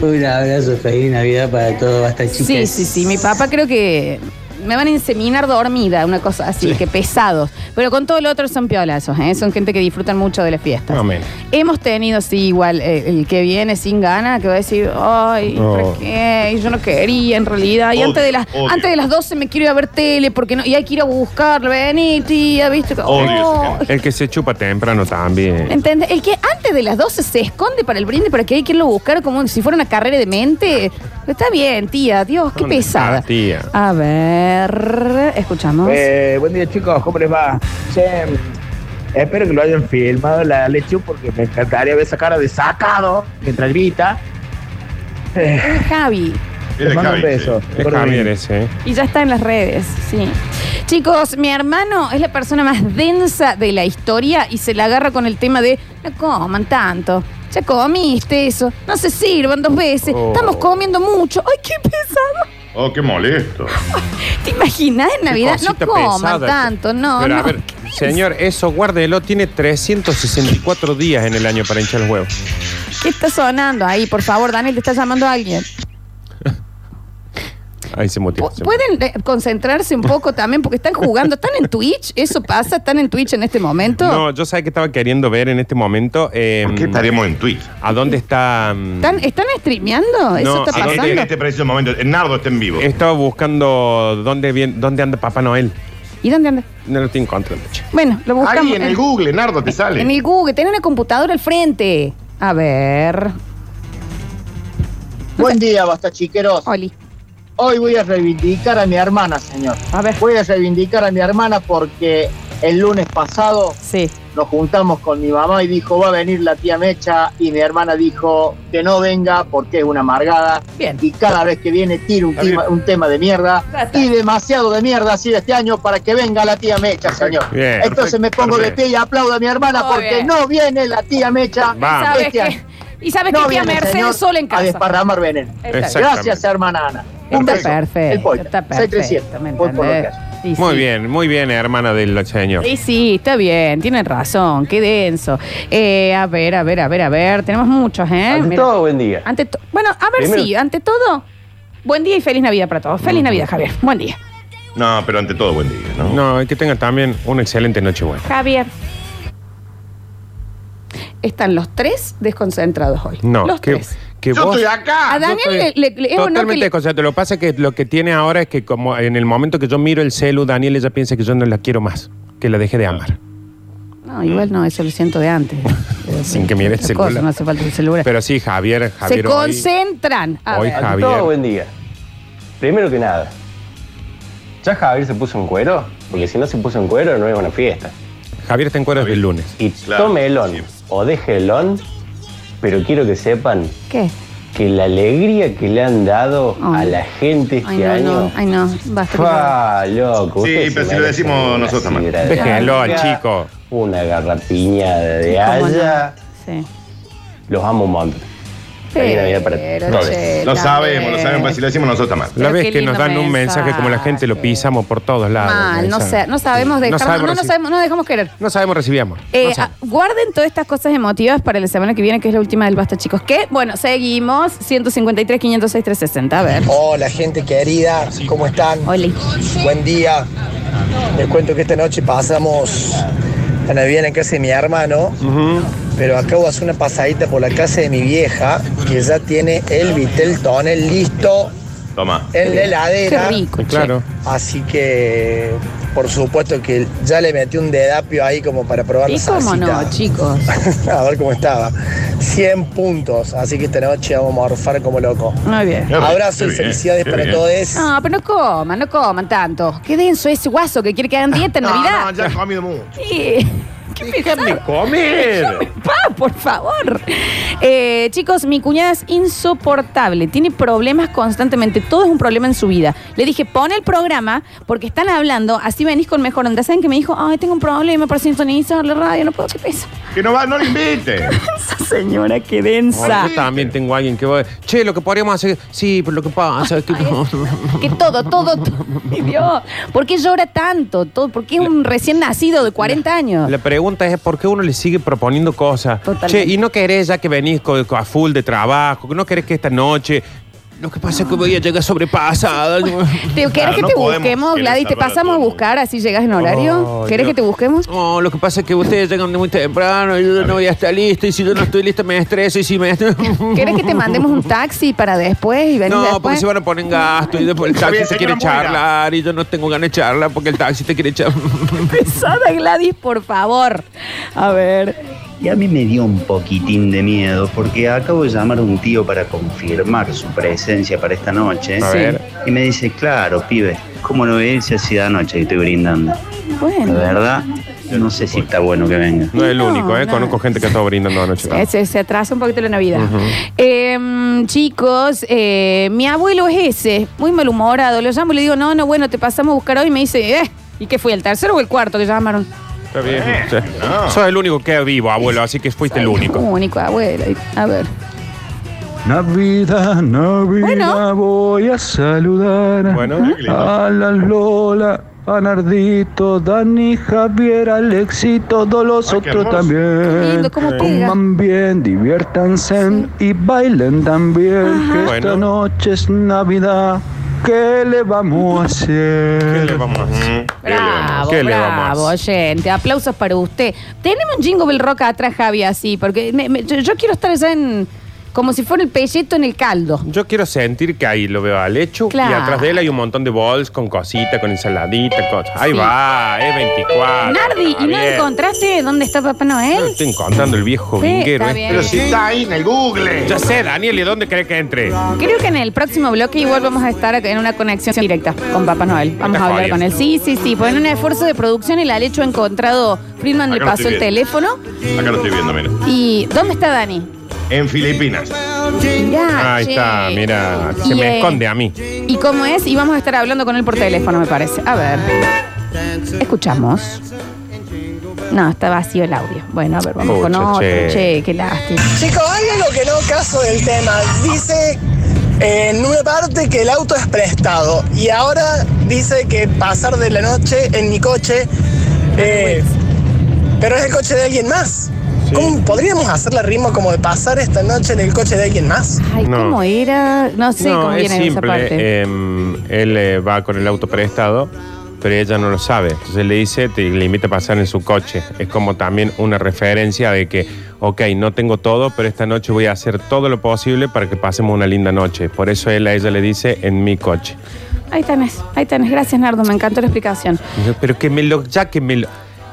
S8: Un abrazo, feliz Navidad para todos, basta chicas.
S1: Sí, sí, sí. Mi papá creo que me van a inseminar dormida, una cosa así, que pesados. Pero con todo lo otro son piolazos, ¿eh? Son gente que disfrutan mucho de las fiestas.
S3: Más o menos.
S1: Hemos tenido, sí, igual, eh, el que viene sin ganas, que va a decir, ay,
S3: No.
S1: ¿por qué? Yo no quería, en realidad. Y
S7: Odio,
S1: antes, de las,
S7: odio.
S1: antes de las 12 me quiero ir a ver tele, porque no, y hay que ir a buscarlo, vení, tía, ¿viste?
S7: Odio esa gente.
S3: El que se chupa temprano también.
S1: ¿Entendés? El que antes de las 12 se esconde para el brinde para que hay que irlo a buscar como si fuera una carrera de mente. Está bien, tía. Dios, qué
S3: ¿Dónde
S1: pesada.
S3: está, tía?
S1: A ver, escuchamos.
S5: Eh, buen día chicos, ¿cómo les va? Che, espero que lo hayan filmado la lechu porque me encantaría ver esa cara de sacado mientras grita.
S1: Es Javi.
S7: Es de
S5: Les mando un
S7: Javi,
S5: beso.
S7: sí.
S3: Es Javier ese. ¿eh?
S1: Y ya está en las redes, sí. Chicos, mi hermano es la persona más densa de la historia y se la agarra con el tema de no coman tanto. Ya comiste eso. No se sirvan dos veces.
S3: Oh.
S1: Estamos comiendo mucho. Ay, qué pesado.
S7: Oh, qué molesto.
S1: ¿Te imaginas en Navidad?
S3: Qué
S1: No
S3: cosita
S1: coman
S3: pesada.
S1: tanto. No,
S3: Pero a
S1: no.
S3: ver, señor, eso guárdelo. Tiene 364 días en el año para hinchar los huevos.
S1: ¿Qué está sonando ahí? Por favor, Daniel, te está llamando alguien.
S3: Ahí se
S1: Pu-
S3: motiva.
S1: ¿Pueden eh, concentrarse un poco también? Porque están jugando. ¿Están en Twitch? ¿Eso pasa? ¿Están en Twitch en este momento?
S3: No, yo sabía que estaba queriendo ver en este momento. eh,
S7: ¿Por qué estaremos en Twitch?
S3: ¿A dónde está? mm,
S1: ¿Están, ¿Están
S3: No,
S1: streameando? ¿Eso está
S7: ¿A
S3: ¿a
S1: pasando?
S7: dónde en este preciso momento? el Nardo está en vivo.
S3: Estaba buscando dónde, vien- dónde anda Papá Noel.
S1: ¿Y dónde anda?
S3: No lo estoy encontrando. che.
S1: Bueno, lo buscamos.
S7: Ahí en el Google, Nardo, te sale.
S1: En el Google. Tienen una computadora al frente. A ver.
S5: Buen día, basta chiqueros.
S1: Oli.
S5: Hoy voy a reivindicar a mi hermana, señor.
S1: A ver.
S5: Voy a reivindicar a mi hermana porque el lunes pasado
S1: Sí.
S5: nos juntamos con mi mamá y dijo, va a venir la tía Mecha y mi hermana dijo que no venga porque es una amargada.
S1: Bien.
S5: Y cada vez que viene tira un,
S3: Está bien.
S5: tema, un tema de mierda
S1: Ya está.
S5: y demasiado de mierda ha sido este año para que venga la tía Mecha, señor.
S3: Bien,
S5: Entonces me pongo de
S3: perfecto.
S5: pie y aplaudo a mi hermana
S1: Muy
S5: porque
S1: bien.
S5: no viene la tía Mecha.
S3: Vamos.
S1: ¿Sabes
S5: Este
S1: qué?
S5: año.
S1: Y sabes
S5: No
S1: que tía
S5: viene,
S1: Mercedes
S5: señor,
S1: sola en
S5: A
S1: casa.
S5: desparramar veneno.
S1: Está
S3: Exactamente.
S5: Gracias, hermana Ana. Un
S1: Está
S5: beso. El
S1: perfecto.
S5: pollo.
S1: Está
S5: 637.
S1: perfecto. ¿me
S5: Voy por lo que
S1: entendés?
S5: haya.
S1: Sí,
S3: Muy
S1: sí.
S3: bien, muy bien, hermana del señor.
S1: Sí, sí, está bien, tienen razón, qué denso. Eh, a ver, a ver, a ver, a ver, tenemos muchos, ¿eh? Mira.
S9: buen día.
S1: Ante to- bueno, a ver
S9: Primero-
S1: sí, ante todo, buen día y feliz Navidad para todos. Feliz Navidad, Javier. Buen día.
S7: No, pero ante todo, buen día, ¿no?
S3: No, y que tenga también una excelente noche buena.
S1: Javier. Están los tres desconcentrados hoy.
S3: No,
S1: los
S3: que,
S1: tres.
S3: que
S7: Yo
S3: vos.
S7: estoy acá.
S1: A Daniel
S3: Yo estoy
S1: le- le- le- es honor que
S3: totalmente
S1: le-
S3: desconcertado. Lo que pasa es que lo que tiene ahora es que como en el momento que yo miro el celu, Daniel ella piensa que yo no la quiero más, que la dejé de amar.
S1: No, igual no, eso lo siento de antes.
S3: Sin que mire el
S1: Otra cosa,
S3: celular.
S1: no hace falta el celular.
S3: Pero sí, Javier, Javier.
S1: Se
S3: hoy-
S1: concentran. A
S3: hoy
S1: ver.
S3: Javier. Todo buen
S9: día. Primero que nada, ¿ya Javier se puso en cuero? Porque si no se puso en cuero no es una fiesta.
S3: Javier está en cuero desde el lunes.
S9: Y
S7: Claro,
S9: tómelón
S7: sí.
S9: o déjelón, pero quiero que sepan
S1: ¿Qué?
S9: que la alegría que le han dado a
S1: Ay.
S9: la gente este
S1: Ay,
S9: año.
S1: no, no, ay, no. Basta.
S9: ¡Fa, loco!
S7: Sí,
S9: ustedes
S7: pero
S9: se
S7: si lo
S9: merecen
S7: decimos
S9: una
S7: nosotros, man.
S9: sidra de
S3: Déjenlo al
S9: acá,
S3: chico.
S9: Una garrapiñada de
S1: ¿Cómo no?
S9: allá.
S1: Sí.
S9: Los amo un montón. Feliz Navidad para
S1: Pero,
S9: todos.
S1: che,
S7: Lo
S1: también.
S7: sabemos, lo sabemos, pero si lo decimos nosotros está mal.
S3: La
S1: Pero qué
S3: vez que nos
S1: lindo
S3: dan un mensaje como la gente lo
S1: mensaje.
S3: pisamos por todos lados.
S1: Mal, no,
S3: Esa-
S1: sé, no sabemos dejar, no, no,
S3: sabemos
S1: no
S3: reci-
S1: sabemos, no dejamos querer.
S3: No sabemos recibir amor.
S1: Eh,
S3: No
S1: ah,
S3: sabemos.
S1: guarden todas estas cosas emotivas para la semana que viene, que es la última del Basta, chicos. Que, bueno, seguimos. 153, 506, 360. A ver.
S10: Hola gente querida, ¿cómo están?
S1: Oli.
S10: Buen día. Les cuento que esta noche pasamos la Navidad en casa de mi hermano pero acabo de hacer una pasadita por la casa de mi vieja, que ya tiene el vitel tonel listo
S7: Toma.
S10: en la heladera.
S1: Qué rico,
S3: Claro.
S10: Así que, por supuesto que ya le metí un dedapio ahí como para probar
S1: ¿Y
S10: la
S1: cómo
S10: salsita.
S1: no, chicos?
S10: A ver cómo estaba. 100 puntos, así que esta noche vamos a morfar como loco.
S1: Muy bien.
S10: Abrazo y
S7: Qué bien,
S10: felicidades
S7: qué
S10: para
S7: bien.
S10: todos.
S1: No, pero no coman, no coman tanto. Qué denso ese guaso que quiere que hagan dieta en Navidad.
S7: No, ya he comido mucho.
S1: ¿Qué? ¿Qué
S3: Déjame
S1: pesado?
S3: comer.
S1: Pa, por favor. Eh, chicos, mi cuñada es insoportable. Tiene problemas constantemente. Todo es un problema en su vida. Le dije, pon el programa porque están hablando. Así venís con mejor onda. ¿Saben que me dijo? Ay, tengo un problema para sintonizar la radio. No puedo. ¿Qué pesa?
S7: Que no va, no lo invite.
S1: Esa señora, qué
S3: Ahora
S1: densa.
S3: yo también tengo a alguien que va. Che, lo que podríamos hacer. Sí, pero lo que pasa es que.
S1: Que todo, todo, todo. Mi Dios. ¿Por qué llora tanto? Todo, ¿Por qué es un recién nacido de 40 años?
S3: La pregunta es por qué uno le sigue proponiendo cosas.
S1: Ah. Totalmente.
S3: Che, y no querés ya que venís co- co- a full de trabajo, que no querés que esta noche. Lo que pasa es que voy a llegar sobrepasada.
S1: ¿Te, ¿Querés
S7: Claro,
S1: que
S7: no
S1: te
S7: podemos
S1: busquemos,
S7: querer
S1: Gladys? ¿Te
S7: salvar a
S1: pasamos a
S7: todo el
S1: buscar así llegas en horario?
S3: Ay,
S1: ¿Querés
S3: Dios.
S1: que te busquemos?
S3: No, lo que pasa es que ustedes llegan muy temprano y yo no voy a estar lista. Y si yo no estoy lista, me estreso. Y si me estreso.
S1: ¿Querés que te mandemos un taxi para después y venir
S3: No,
S1: después?
S3: porque se van a poner en gasto y después el
S7: Está
S3: taxi
S7: bien,
S3: te quiere
S7: señora, muera.
S3: charlar y yo no tengo ganas de charlar porque el taxi te quiere charlar.
S1: Pesada, Gladys, por favor. A ver.
S9: Y a mí me dio un poquitín de miedo porque acabo de llamar a un tío para confirmar su presencia para esta noche.
S3: A ver.
S9: Y me dice, claro, pibe, ¿cómo lo ves si así de anoche que estoy brindando? La
S1: Bueno.
S9: verdad, no sé si está bueno que venga.
S3: No es el
S1: No,
S3: único, ¿eh?
S1: no.
S3: Conozco gente que ha estado brindando anoche.
S1: Eh, Se, se atrasa un poquito la Navidad. Em, chicos, eh, mi abuelo es ese, muy malhumorado. Lo llamo y le digo, no, no, bueno, te pasamos a buscar hoy. Y me dice, eh, ¿y qué fue? ¿El tercero o el cuarto que llamaron?
S3: Está bien. Sí. Sos el único que vivo, abuelo, así que fuiste el único.
S1: Único, abuelo. A ver.
S11: Navidad, Navidad,
S1: Bueno.
S11: voy a saludar
S3: Bueno,
S11: a la Lola, a Nardito, Dani, Javier, Alexi, todos los
S7: Ay, qué
S11: otros
S7: hermoso.
S3: Eh,
S1: Qué
S11: también.
S1: lindo, cómo pega.
S11: Coman bien, diviértanse y bailen también, que
S3: Ajá.
S11: esta
S3: Bueno.
S11: noche es Navidad. ¿Qué le vamos a hacer?
S3: ¿Qué le vamos a hacer?
S1: Bravo,
S3: ¿Qué le vamos a
S1: bravo,
S3: hacer?
S1: oyente. Aplausos para usted. Tenemos un jingle bell rock atrás, Javi, así, porque me- me- yo, yo quiero estar allá en. como si fuera el pelleto en el caldo.
S3: Yo quiero sentir que ahí lo veo al hecho y
S1: Claro.
S3: atrás de él hay un montón de bols con cosita, con ensaladita, cosas. Ahí
S1: Sí.
S3: va, es 24.
S1: Nardi, ¿y no
S3: Javier.
S1: encontraste dónde está Papá
S3: Yo
S1: Noel?
S3: Estoy encontrando el viejo
S1: Sí,
S3: vinguero.
S1: está
S3: ¿eh?
S1: bien.
S7: Pero si está ahí en el Google.
S3: Ya sé, Daniel, ¿y dónde crees que entre?
S1: Creo que en el próximo bloque igual vamos a estar en una conexión directa con Papá Noel. Vamos a hablar con él. Sí, sí, sí. Fue en un esfuerzo de producción el Alecho ha encontrado. Friedman le
S7: Acá lo
S1: pasó
S7: estoy
S1: el
S7: viendo.
S1: teléfono.
S7: Acá lo estoy viendo, mira.
S1: ¿Y dónde está Dani?
S7: En Filipinas.
S1: Mirá,
S3: Ahí
S1: che.
S3: está, mira, se
S1: Y,
S3: me
S1: eh,
S3: esconde a mí.
S1: ¿Y cómo es? Y vamos a estar hablando con él por teléfono, me parece. A ver. Escuchamos. No, está vacío el audio. Bueno, a ver, vamos con
S3: Pucha,
S1: otro.
S3: che.
S1: Che. qué lástima.
S10: Chicos, hay algo que no caso del tema. Dice eh, en una parte que el auto es prestado y ahora dice que pasar de la noche en mi coche, eh, pero es el coche de alguien más. ¿Cómo podríamos hacer la rima como de pasar esta noche en el coche de alguien más?
S1: Ay,
S3: No.
S1: ¿cómo era? No sé
S3: no,
S1: cómo
S3: es
S1: viene esa
S3: simple.
S1: parte.
S3: em, él eh, va con el auto prestado, pero ella no lo sabe. Entonces le dice, te, le invita a pasar en su coche. Es como también una referencia de que, ok, no tengo todo, pero esta noche voy a hacer todo lo posible para que pasemos una linda noche. Por eso él a ella le dice, en mi coche.
S1: Ahí tenés, ahí tenés. Gracias, Nardo. Me encantó la explicación.
S3: Yo, Pero que me lo, ya que me lo,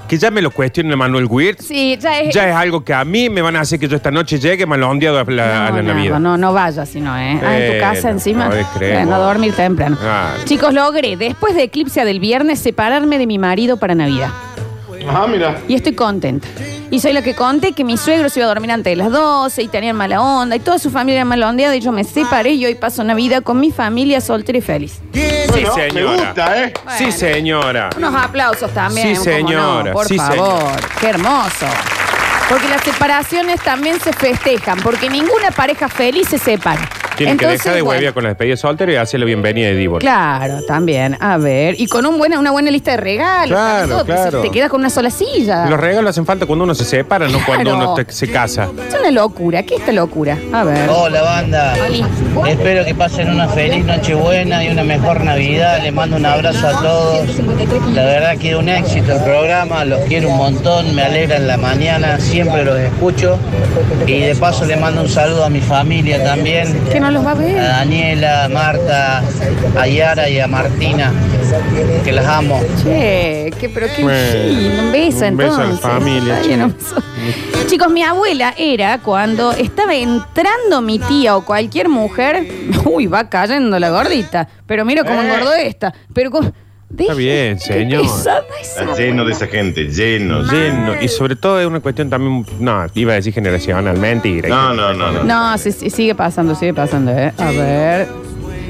S3: que ya me lo cuestione Manuel Wirtz,
S1: Sí, ya es.
S3: ya es algo que a mí me van a hacer que yo esta noche llegue malondeado a la, a
S1: no,
S3: la
S1: Nardo,
S3: Navidad.
S1: no, no vayas, sino, ¿eh? Ah, en tu
S3: Eh,
S1: casa
S3: no
S1: encima.
S3: podés creer,
S1: Bueno, a
S3: vos.
S1: dormir temprano.
S3: Ah.
S1: Chicos, logré, después de Eclipse del viernes, separarme de mi marido para Navidad.
S3: Ah,
S7: Ajá, mira.
S1: Y estoy contenta. Y soy la que conté que mi suegro se iba a dormir antes de las 12 y tenían mala onda y toda su familia era mala ondeada y yo me separé y hoy paso Navidad con mi familia soltera y feliz.
S3: Sí,
S7: Bueno,
S3: señora.
S7: Me gusta, ¿eh?
S3: Sí, señora.
S1: Unos aplausos también.
S3: Sí,
S1: ¿cómo no?
S3: señora,
S1: por
S3: sí,
S1: favor.
S3: señora.
S1: Qué hermoso. Porque las separaciones también se festejan, porque ninguna pareja feliz se separa.
S3: Tienen que
S1: Entonces,
S3: dejar de
S1: bueno.
S3: huevia con las despedidas solteros y hacerle bienvenida de divorcio.
S1: Claro, también. A ver. Y con un buena, una buena lista de regalos.
S3: Claro,
S1: también todo, porque
S3: claro.
S1: Te quedas con una sola silla.
S3: Los regalos hacen falta cuando uno se separa, no cuando
S1: Claro.
S3: uno te- se casa.
S1: Es una locura. ¿Qué es esta locura? A ver.
S8: Hola banda, espero que pasen una feliz Nochebuena y una mejor Navidad. Les mando un abrazo a todos. La verdad que un éxito el programa, los quiero un montón, me alegran la mañana, siempre los escucho. Y de paso les mando un saludo a mi familia también.
S1: Que no los va a ver.
S4: Ah.
S8: A Daniela, a Marta, a Yara y a Martina, que las amo.
S1: Che, qué, pero qué
S8: Bueno,
S1: fino. Un beso
S8: un beso
S1: entonces.
S8: a la familia,
S1: Está
S8: che.
S1: bien, un beso. Chicos, mi abuela era cuando estaba entrando mi tía o cualquier mujer. Uy, va cayendo la gordita. Pero mira cómo
S7: Eh.
S1: engordó esta. Pero cómo-
S3: Está bien, señor.
S1: pesada
S7: Está lleno de esa gente, lleno,
S3: lleno. Y sobre todo es una cuestión también, no, iba a decir generacional, mentira.
S7: No, no, no,
S1: No, sí, sí, sigue pasando, sigue pasando, ¿eh? A ver.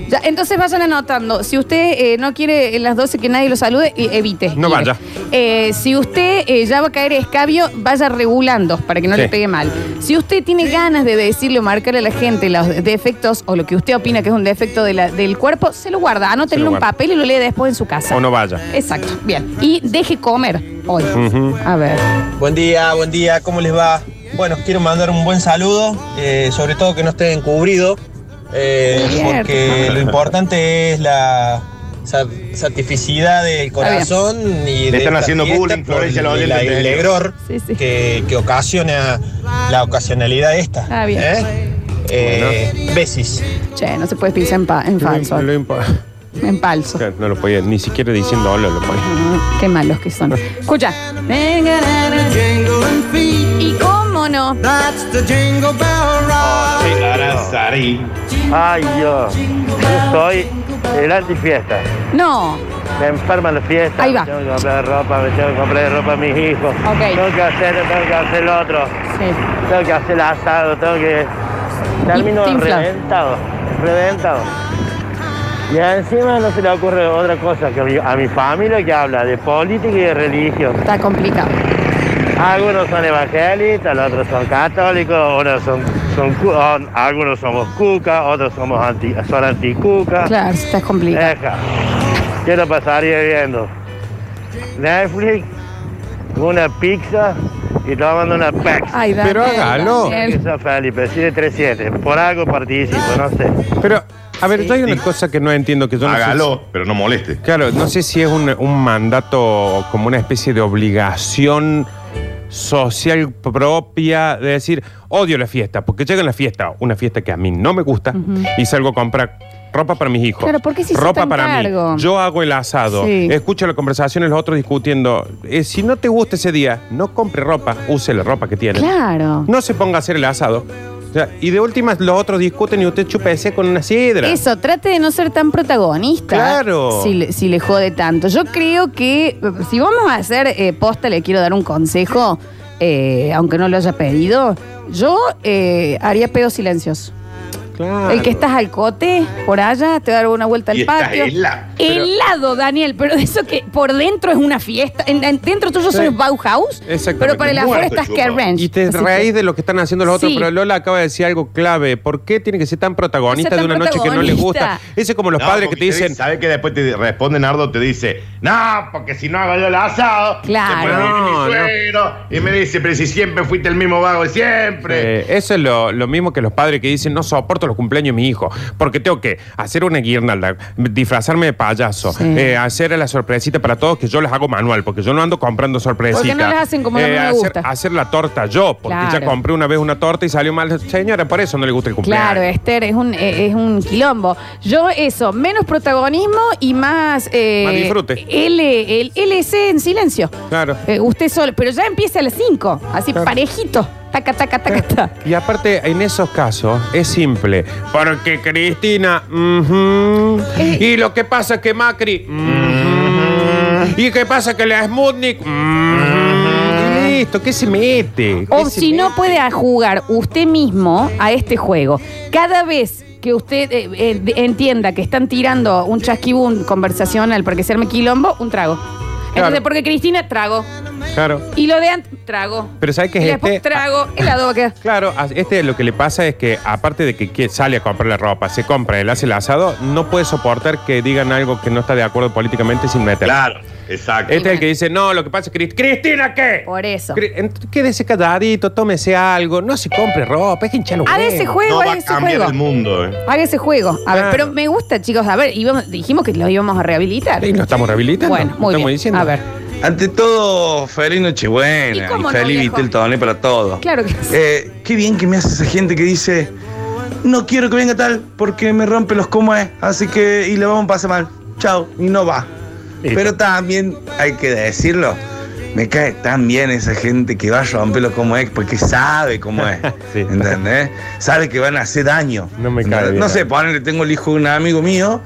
S1: Ya, entonces vayan anotando. Si usted eh, no quiere en las 12 que nadie lo salude, eh, evite.
S3: No vaya.
S1: Eh, si usted eh, ya va a caer escabio, vaya regulando para que no
S3: Sí.
S1: le pegue mal. Si usted tiene ganas de decirle o marcarle a la gente los defectos o lo que usted opina que es un defecto de la- del cuerpo, se lo guarda. Anótelo
S3: Se
S1: en
S3: lo
S1: un
S3: guarda.
S1: papel y lo lee después en su casa.
S3: O no vaya.
S1: Exacto. Bien. Y deje comer hoy.
S3: Ujú.
S1: A ver.
S12: Buen día, buen día, ¿cómo les va? Bueno, quiero mandar un buen saludo, eh, sobre todo que no esté encubrido, eh,
S13: Cierto.
S12: porque lo importante es la sa- satisficidad del corazón y
S7: Le
S12: de
S7: están
S12: esta
S7: haciendo
S12: fiesta
S7: bullying,
S12: por
S7: Florencia, los
S12: el-
S7: oyentes
S12: el
S7: de ellos.
S12: egror Que, que ocasiona la ocasionalidad esta.
S1: Ah, bien.
S12: ¿eh? Eh, Besis.
S1: Che, no se puede pisar en, pa- en falso. En falso.
S3: No lo podía, ni siquiera diciendo hola lo podía.
S1: Ah, Qué malos que son. Escucha. Y cómo no.
S14: Ay, yo. Yo soy el antifiesta.
S1: No.
S14: Me enferman las fiestas.
S1: Ahí va.
S14: Me tengo que comprar ropa, me tengo que comprar ropa a mis hijos. Tengo que hacer, tengo que hacer lo otro. Tengo que hacer el asado, tengo que. Termino
S15: te infla.
S14: reventado. Reventado. Y encima no se le ocurre otra cosa que a mi, a mi familia que habla de política y de religión.
S1: Está complicado.
S14: Algunos son evangélicos, los otros son católicos, unos son, son cu- on- algunos somos cuca, otros somos anti, son anticuca.
S1: Claro, está complicado.
S14: Deja. ¿Qué lo pasaría viendo? Netflix, una pizza y tomando una pex.
S1: Ay, Daniel, Pero hágalo. Daniel.
S14: Eso, Felipe, 737. Por algo participo, no sé.
S3: Pero, a ver, yo hay una cosa que no entiendo que yo no sé
S7: Hágalo,
S3: si-
S7: pero no moleste.
S3: Claro, no sé si es un, un mandato, como una especie de obligación social propia de decir, odio la fiesta, porque llega la fiesta, una fiesta que a mí no me gusta,
S1: Ujú.
S3: y salgo a comprar ropa para mis hijos.
S1: Claro, ¿por qué se hizo
S3: ropa
S1: tan
S3: para
S1: cargo?
S3: mí. Yo hago el asado,
S1: Sí.
S3: escucho las conversaciones los otros discutiendo. Eh, si no te gusta ese día, no compre ropa, use la ropa que tiene.
S1: Claro.
S3: No se ponga a hacer el asado. O sea, y de últimas los otros discuten y usted chupese con una sidra.
S1: Eso, trate de no ser tan protagonista.
S3: Claro.
S1: Si le, si le jode tanto. Yo creo que eh, si vamos a hacer eh, posta, le quiero dar un consejo, eh, aunque no lo haya pedido. Yo eh, haría pedo silencioso.
S3: Claro.
S1: El que estás al cote, por allá, te va a dar una vuelta al
S7: Y estás
S1: patio.
S7: helado.
S1: Helado, Daniel, pero de eso que por dentro es una fiesta. En, en- dentro tuyo
S3: Sí.
S1: sos Bauhaus,
S3: Exactamente.
S1: pero para el afuera estás Care Ranch.
S3: Y te
S1: Así
S3: reís
S1: que-
S3: de lo que están haciendo los otros,
S1: Sí.
S3: pero Lola acaba de decir algo clave. ¿Por qué tiene que ser tan protagonista
S1: No sea
S3: de
S1: tan
S3: una noche que no le gusta?
S1: protagonista.
S3: Ese es como los
S7: No,
S3: padres que
S7: porque
S3: te dicen.
S7: ¿Sabe que después te responde Nardo? Te dice, no, porque si no hago yo el asado,
S1: Claro.
S7: se puede venir
S3: No,
S7: mi suegro. Y me dice, pero si siempre fuiste el mismo vago de siempre.
S3: eh, eso es lo, lo mismo que los padres que dicen no soporto los cumpleaños de mi hijo porque tengo que hacer una guirnalda, disfrazarme de payaso, eh, hacer la sorpresita para todos que yo las hago manual porque yo no ando comprando sorpresitas. Eh,
S1: Porque no las hacen como a mí me
S3: hacer,
S1: gusta.
S3: hacer la torta yo porque ya
S1: Claro.
S3: compré una vez una torta y salió mal. Señora, por eso no le gusta el cumpleaños.
S1: Claro, Esther, es un, eh, es un quilombo. Yo eso, menos protagonismo y más... eh,
S3: Más disfrute.
S1: L, el LC en silencio.
S3: Claro.
S1: Eh, usted solo, pero ya empieza a las 5, así parejito. Taca, taca, taca, taca.
S3: Y aparte, en esos casos es simple. Porque Cristina. ujú, Y lo que pasa es que Macri. ujú, Y que pasa que la Smutnik. ujú, y Listo, ¿qué se mete?
S1: O si no puede a- jugar usted mismo a este juego, cada vez que usted eh, eh, de- entienda que están tirando un chasquibún conversacional para que se arme quilombo, un trago. Entonces, porque Cristina trago.
S3: Claro.
S1: Y lo de antes, trago.
S3: Pero ¿sabes qué
S1: y
S3: es
S1: después
S3: este?
S1: trago, helado va a quedar.
S3: Claro, a- este lo que le pasa es que, aparte de que, que sale a comprar la ropa, se compra, él hace el asado, no puede soportar que digan algo que no está de acuerdo políticamente sin meter.
S7: Claro, exacto.
S3: Este es el que dice, no, lo que pasa es que Crist- Cristina, ¿qué?
S1: Por eso.
S3: Cri- ent- Quédese calladito, tómese algo, no se compre ropa, es que hinchar los
S1: Haga
S3: huevos.
S1: Ah, ese juego, haga ese juego.
S7: mundo, ¿eh?
S1: Haga ese juego. A
S3: Ah.
S1: ver, pero me gusta, chicos. A ver, íbamos- dijimos que lo íbamos a rehabilitar.
S3: Y lo estamos rehabilitando.
S1: Bueno, muy bien. A ver.
S13: Ante todo, feliz Nochebuena
S1: ¿Y
S13: y,
S1: cómo no,
S13: feliz
S1: viejo?
S13: Viteltoné para todos.
S1: Claro que sí.
S13: Eh, qué bien que me hace esa gente que dice, no quiero que venga tal porque me rompe los cómo es, así que y le vamos a pasar mal. Chao, y no va. Pero también hay que decirlo, me cae tan bien esa gente que va a romper los cómo es porque sabe cómo es. ¿Entendés? Sabe que van a hacer daño. No me
S3: cae bien.
S13: No sé, ponele, tengo el hijo de un amigo mío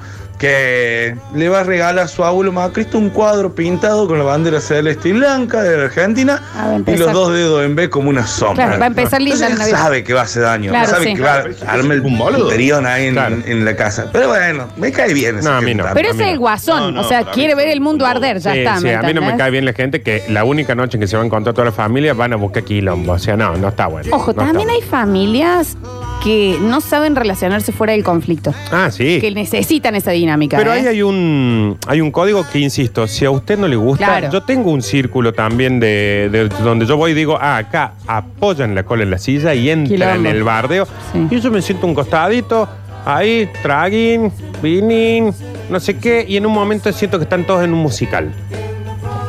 S13: que le va a regalar a su abuelo Macristo un cuadro pintado con la bandera celeste y blanca de la Argentina
S1: Ah, va a
S13: y
S1: empezar.
S13: los dos dedos en B como una sombra.
S1: Claro, va a empezar linda
S13: Entonces
S1: la
S13: él
S1: Navidad.
S13: sabe que va a hacer daño,
S1: Claro,
S13: sabe
S1: sí.
S13: que va a armar el puterión ahí en, en la casa. Pero bueno, me cae bien. No, a mí no.
S1: Pero ese es el guasón. o sea, quiere ver el mundo arder. Ya
S3: Sí,
S1: está.
S3: sí, a mí no me
S1: entendés?
S3: cae bien la gente que la única noche en que se va a encontrar toda la familia van a buscar quilombo. O sea, no, no está bueno.
S1: Ojo,
S3: No está
S1: también hay familias que no saben relacionarse fuera del conflicto.
S3: Ah, sí.
S1: Que necesitan esa dinámica.
S3: Pero
S1: ¿eh?
S3: ahí hay un, hay un código que, insisto, si a usted no le gusta,
S1: Claro.
S3: yo tengo un círculo también de, de donde yo voy y digo, ah, acá apoyan la cola en la silla y entran en
S1: Quilombo.
S3: el bardeo. Y yo me siento un costadito, ahí, traguín, vinín, no sé qué, y en un momento siento que están todos en un musical.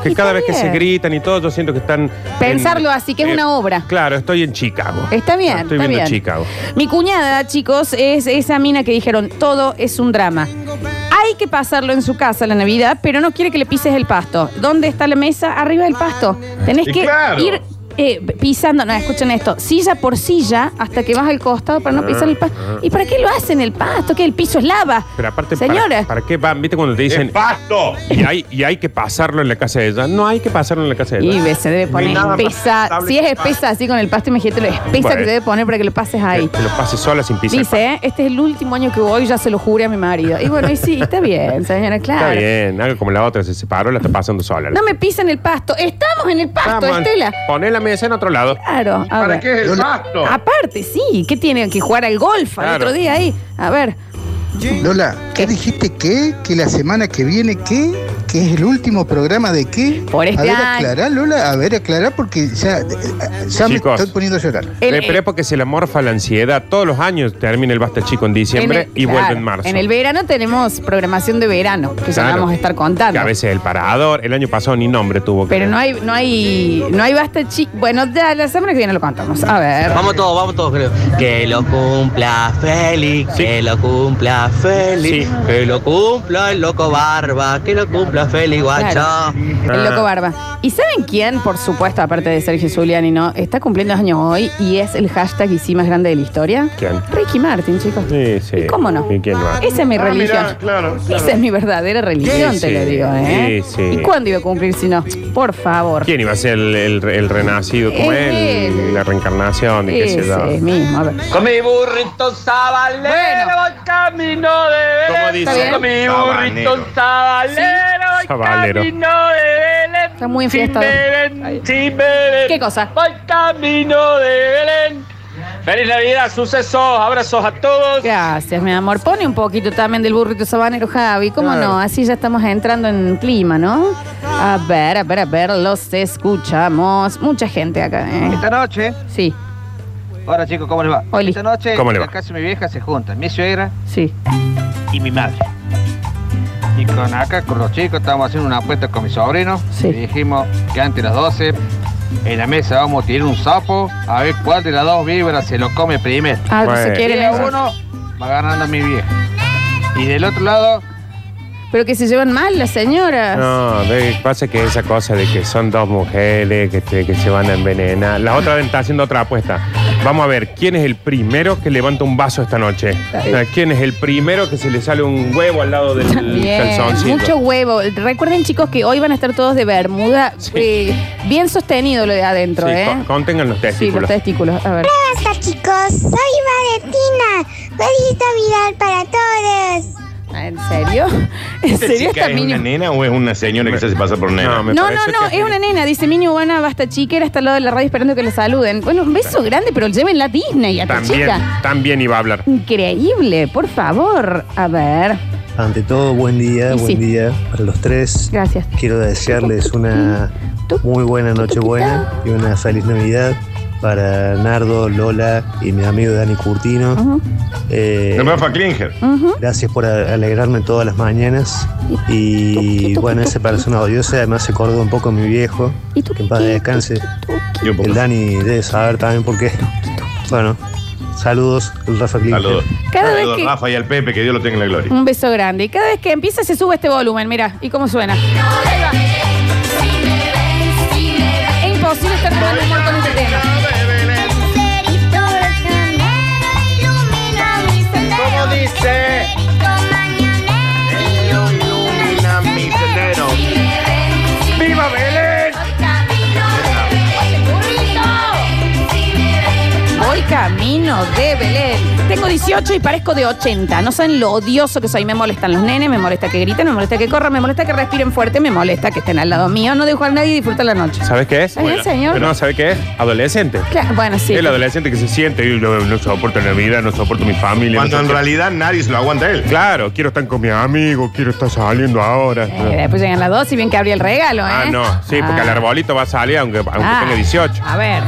S3: Que cada vez que
S1: bien.
S3: se gritan y todo, yo siento que están...
S1: Pensarlo así, que es
S3: eh,
S1: una obra.
S3: Claro, estoy en Chicago.
S1: Está bien,
S3: Ah, Estoy viendo
S1: está bien.
S3: Chicago.
S1: Mi cuñada, chicos, es esa mina que dijeron, todo es un drama. Hay que pasarlo en su casa la Navidad, pero no quiere que le pises el pasto. ¿Dónde está la mesa? Arriba del pasto. Tenés
S2: Y
S1: que
S2: claro.
S1: ir eh, pisando, no, escuchen esto, silla por silla hasta que vas al costado para
S3: Ah,
S1: no pisar el pasto. ¿Y para qué lo hacen el pasto? Que el piso es lava.
S3: Pero aparte,
S1: Señora.
S3: ¿para, para qué van? ¿Viste cuando te dicen.
S7: ¡Pasto!
S3: Y hay, y hay que pasarlo en la casa de ella. No hay que pasarlo en la casa de
S1: Y
S3: ella.
S1: ve, se debe poner espesa. Si es espesa así con el pasto, imagínate lo espesa
S3: Bueno.
S1: que te debe poner para que lo pases ahí.
S3: Que lo pase sola sin pisar.
S1: Dice, ¿eh? este es el último año que voy, ya se lo juré a mi marido. Y bueno, y sí, está bien, señora,
S3: Está
S1: claro.
S3: bien, algo como la otra se separó, la está pasando sola.
S1: "Ah, No me pisen el pasto. Estamos en el pasto,
S3: Vamos,
S1: Estela.
S3: Poné la mesa en otro lado.
S1: Claro. a
S3: ¿Para
S1: ver.
S3: qué es el pasto?
S1: Aparte, sí. ¿Qué tienen que jugar al golf al
S15: Claro.
S1: otro día ahí? A ver.
S15: Lola, ¿qué dijiste qué? ¿Que la semana que viene qué? ¿Que es el último programa de qué?
S1: Por este
S15: a ver,
S1: año.
S15: aclará, Lola, a ver, aclará porque ya, ya me
S3: Chicos.
S15: estoy poniendo a llorar.
S1: En-
S3: Eh, pero es porque se la morfa la ansiedad. Todos los años termina el basta chico en diciembre
S1: en el-
S3: y vuelve
S1: claro,
S3: en marzo.
S1: En el verano tenemos programación de verano, que ya
S3: Claro.
S1: vamos a estar
S3: que
S1: contando.
S3: a veces el parador, el año pasado ni nombre tuvo.
S1: Pero no hay, no hay, no hay basta chico. Bueno, ya la semana que viene lo contamos. A ver.
S16: Vamos todos, vamos todos, creo. Que lo cumpla Félix, que lo cumpla Félix, que lo cumpla el loco barba, que lo cumpla Félix, guacho.
S1: Claro. El
S3: Ah.
S1: loco barba. ¿Y saben quién, por supuesto, aparte de Sergio Zuliani, no? Está cumpliendo años hoy y es el hashtag y sí más grande de la historia.
S3: ¿Quién?
S1: Ricky Martin, chicos.
S3: Sí, sí.
S1: ¿Y cómo no?
S3: ¿Y quién no?
S1: Esa es mi
S3: Ah,
S1: religión.
S3: mirá, claro, claro.
S1: Esa es mi verdadera religión,
S3: Sí,
S1: te
S3: sí.
S1: lo digo, ¿eh?
S3: Sí, sí.
S1: ¿Y cuándo iba a cumplir si no? Por favor.
S3: ¿Quién iba a ser el, el- el renacido como
S1: Es
S3: él?
S1: él.
S3: La reencarnación y qué sé yo.
S1: Ese mismo, a ver.
S16: Con mi burrito sabalero voy camino de Belén.
S3: ¿Cómo dice?
S16: Con mi
S3: Sabanero.
S16: burrito sabalero voy
S3: Sabalero.
S16: camino de Belén.
S1: Está muy enfiestado.
S16: Sin Belén, sin Belén.
S1: ¿Qué cosa?
S16: Voy camino de Belén. Feliz Navidad, sucesos, abrazos a todos.
S1: Gracias, mi amor. Pone un poquito también del burrito sabanero, Javi. ¿Cómo
S16: Claro.
S1: no? Así ya estamos entrando en clima, ¿no? A ver, a ver, a ver, los escuchamos. Mucha gente acá, ¿eh?
S17: Esta noche.
S1: Sí.
S17: Hola chicos, ¿cómo les va?
S1: Oli.
S17: Esta noche
S1: ¿Cómo le va?
S17: en la casa de mi vieja se juntan mi suegra
S1: Sí.
S17: y mi madre. Y con acá, con los chicos, estábamos haciendo una apuesta con mi sobrino. Y dijimos que antes de las 12 en la mesa vamos a tirar un sapo a ver cuál de las dos víboras se lo come primero.
S1: Ah, no se Bueno. quieren
S17: Y de
S1: eso.
S17: uno va ganando mi vieja. Y del otro lado,
S1: Pero que se llevan mal las señoras.
S3: No, de- pasa que esa cosa de que son dos mujeres que, te- que se van a envenenar. La otra vez está haciendo otra apuesta. Vamos a ver, ¿quién es el primero que levanta un vaso esta noche? O sea, ¿Quién es el primero que se le sale un huevo al lado del
S1: Bien,
S3: calzoncito?
S1: mucho huevo. Recuerden, chicos, que hoy van a estar todos de bermuda. eh, bien sostenido lo de
S3: Sí,
S1: adentro, ¿eh?
S3: con- contengan los
S1: Sí, los
S3: testículos.
S1: testículos. A ver.
S18: Hola chicos, soy Valentina. Feliz Navidad para todos.
S1: Ah, ¿En serio? ¿En
S7: ¿Esta
S1: serio
S7: Este chica
S1: esta
S7: es
S1: mini?
S7: una nena o es una señora que se hace pasar por nena?
S1: No, no, no, es, una nena. Dice Mini Ubana, basta chiquera, está al lado de la radio esperando que la saluden. Bueno, un beso grande, pero llévenla a Disney a esta
S3: También,
S1: chica.
S3: también iba a hablar.
S1: Increíble, por favor. A ver.
S18: Ante todo, buen día,
S1: Y
S18: buen
S1: sí.
S18: día para los tres.
S1: Gracias.
S18: Quiero desearles una muy buena Nochebuena y una feliz Navidad para Nardo, Lola y mi amigo Dani Curtino. Eh, Gracias por a- alegrarme todas las mañanas. Y bueno, esa persona odiosa además se acordó un poco a mi viejo. Que en paz descanse. El Dani debe saber también por qué. Bueno, saludos, el Rafa Klinger.
S7: Saludos.
S1: Cada vez
S7: Saludos
S1: que- Mm.
S7: a Rafa y al Pepe, que Dios lo tenga en la gloria.
S1: Un beso grande. Y cada vez que empieza se sube este volumen, mira, y cómo suena. Ahí va. Es imposible estar de mal humor con este tema.
S2: ¿Cómo dice? Ilumina mi sendero. ¡Viva Belén!
S1: Voy camino de Belén. Tengo 18 y parezco de 80. No saben lo odioso que soy. Me molestan los nenes, me molesta que griten, me molesta que corran, me molesta que respiren fuerte, me molesta que estén al lado mío. No dejo a nadie disfrutar la noche.
S3: ¿Sabes qué es?
S1: Ay, el señor.
S3: Pero no, ¿sabes qué es? Adolescente.
S1: Claro, bueno, sí.
S3: El adolescente que se siente y no, no soporto la vida, no soporto mi familia.
S7: Cuando en realidad nadie se lo aguanta él.
S3: Claro, quiero estar con mis amigos, quiero estar saliendo ahora.
S1: Eh, después llegan las dos y bien que abrí el regalo, ¿eh?
S3: Ah, no, sí, porque
S1: Ah.
S3: el arbolito va a salir aunque, aunque
S1: Ah.
S3: tenga 18.
S1: A ver.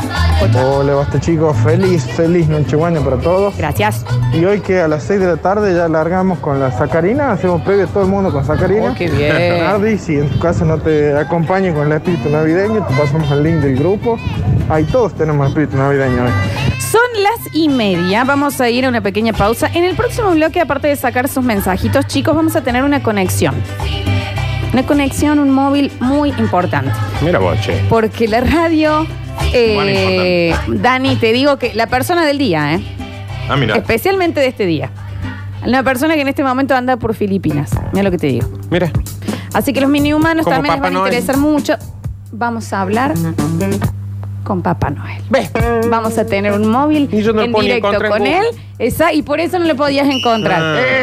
S19: Hola, basta chicos, feliz, feliz Nochebuena para todos.
S1: Gracias.
S19: Y hoy que a las 6 de la tarde ya largamos con la sacarina, hacemos previo todo el mundo con sacarina.
S1: Oh, qué bien.
S19: Nardi, si en tu casa no te acompañan con el espíritu navideño, te pasamos el link del grupo. Ahí todos tenemos espíritu navideño hoy.
S1: Son las y media. Vamos a ir a una pequeña pausa. En el próximo bloque, aparte de sacar sus mensajitos, chicos, vamos a tener una conexión. Una conexión, un móvil muy importante.
S3: Mira vos, che.
S1: Porque la radio. eh, Dani, te digo que la persona del día, ¿eh?
S7: Ah, mira.
S1: especialmente de este día. Una persona que en este momento anda por Filipinas. Mira lo que te digo.
S3: Mira.
S1: Así que los mini humanos
S2: Como
S1: también les
S2: Papá
S1: van a
S2: Noel.
S1: interesar mucho. Vamos a hablar con Papá Noel. Vamos a tener un móvil
S7: no
S1: en
S7: lo puedo ni
S1: directo
S7: encontrar en
S1: con él.
S7: Google.
S1: Esa, y por eso no le podías encontrar.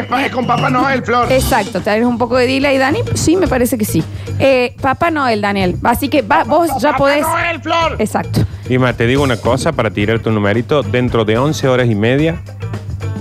S7: Ah. Es con Papá Noel, Flor.
S1: Exacto. ¿Tienes un poco de Dila y Dani? Sí, me parece que sí. Eh, Papá Noel, Daniel. Así que va- vos ya podés. Noel,
S7: Flor!
S1: Exacto.
S3: Ima, te digo una cosa para tirarte un numerito. Dentro de 11 horas y media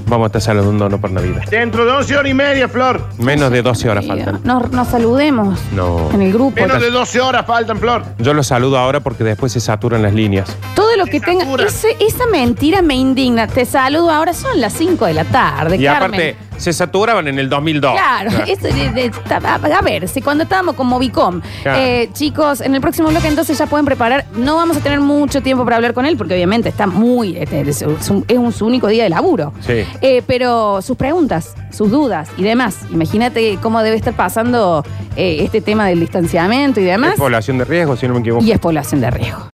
S3: vamos a estar saludando no por Navidad.
S7: Dentro de 11 horas y media, Flor.
S3: Menos de 12 horas faltan.
S1: Eh, Nos, nos saludemos
S3: No.
S1: en el grupo.
S7: Menos de 12 horas faltan, Flor.
S3: Yo los saludo ahora porque después se saturan las líneas.
S1: Todo lo que tenga. Ese- esa mentira me indigna. Te saludo ahora, son las 5 de la tarde,
S3: y
S1: Carmen.
S3: aparte, se saturaban en el 2002.
S1: Claro, eso de- de- ta- a a ver, si cuando estábamos con Movicom,
S3: Claro.
S1: eh, chicos, en el próximo bloque entonces ya pueden preparar, no vamos a tener mucho tiempo para hablar con él, porque obviamente está muy, este, es, un- es un- su único día de laburo,
S2: Sí.
S1: Eh, pero sus preguntas, sus dudas y demás, imagínate cómo debe estar pasando eh, este tema del distanciamiento y demás,
S3: Es población de riesgo, si no me equivoco.
S1: y es población de riesgo.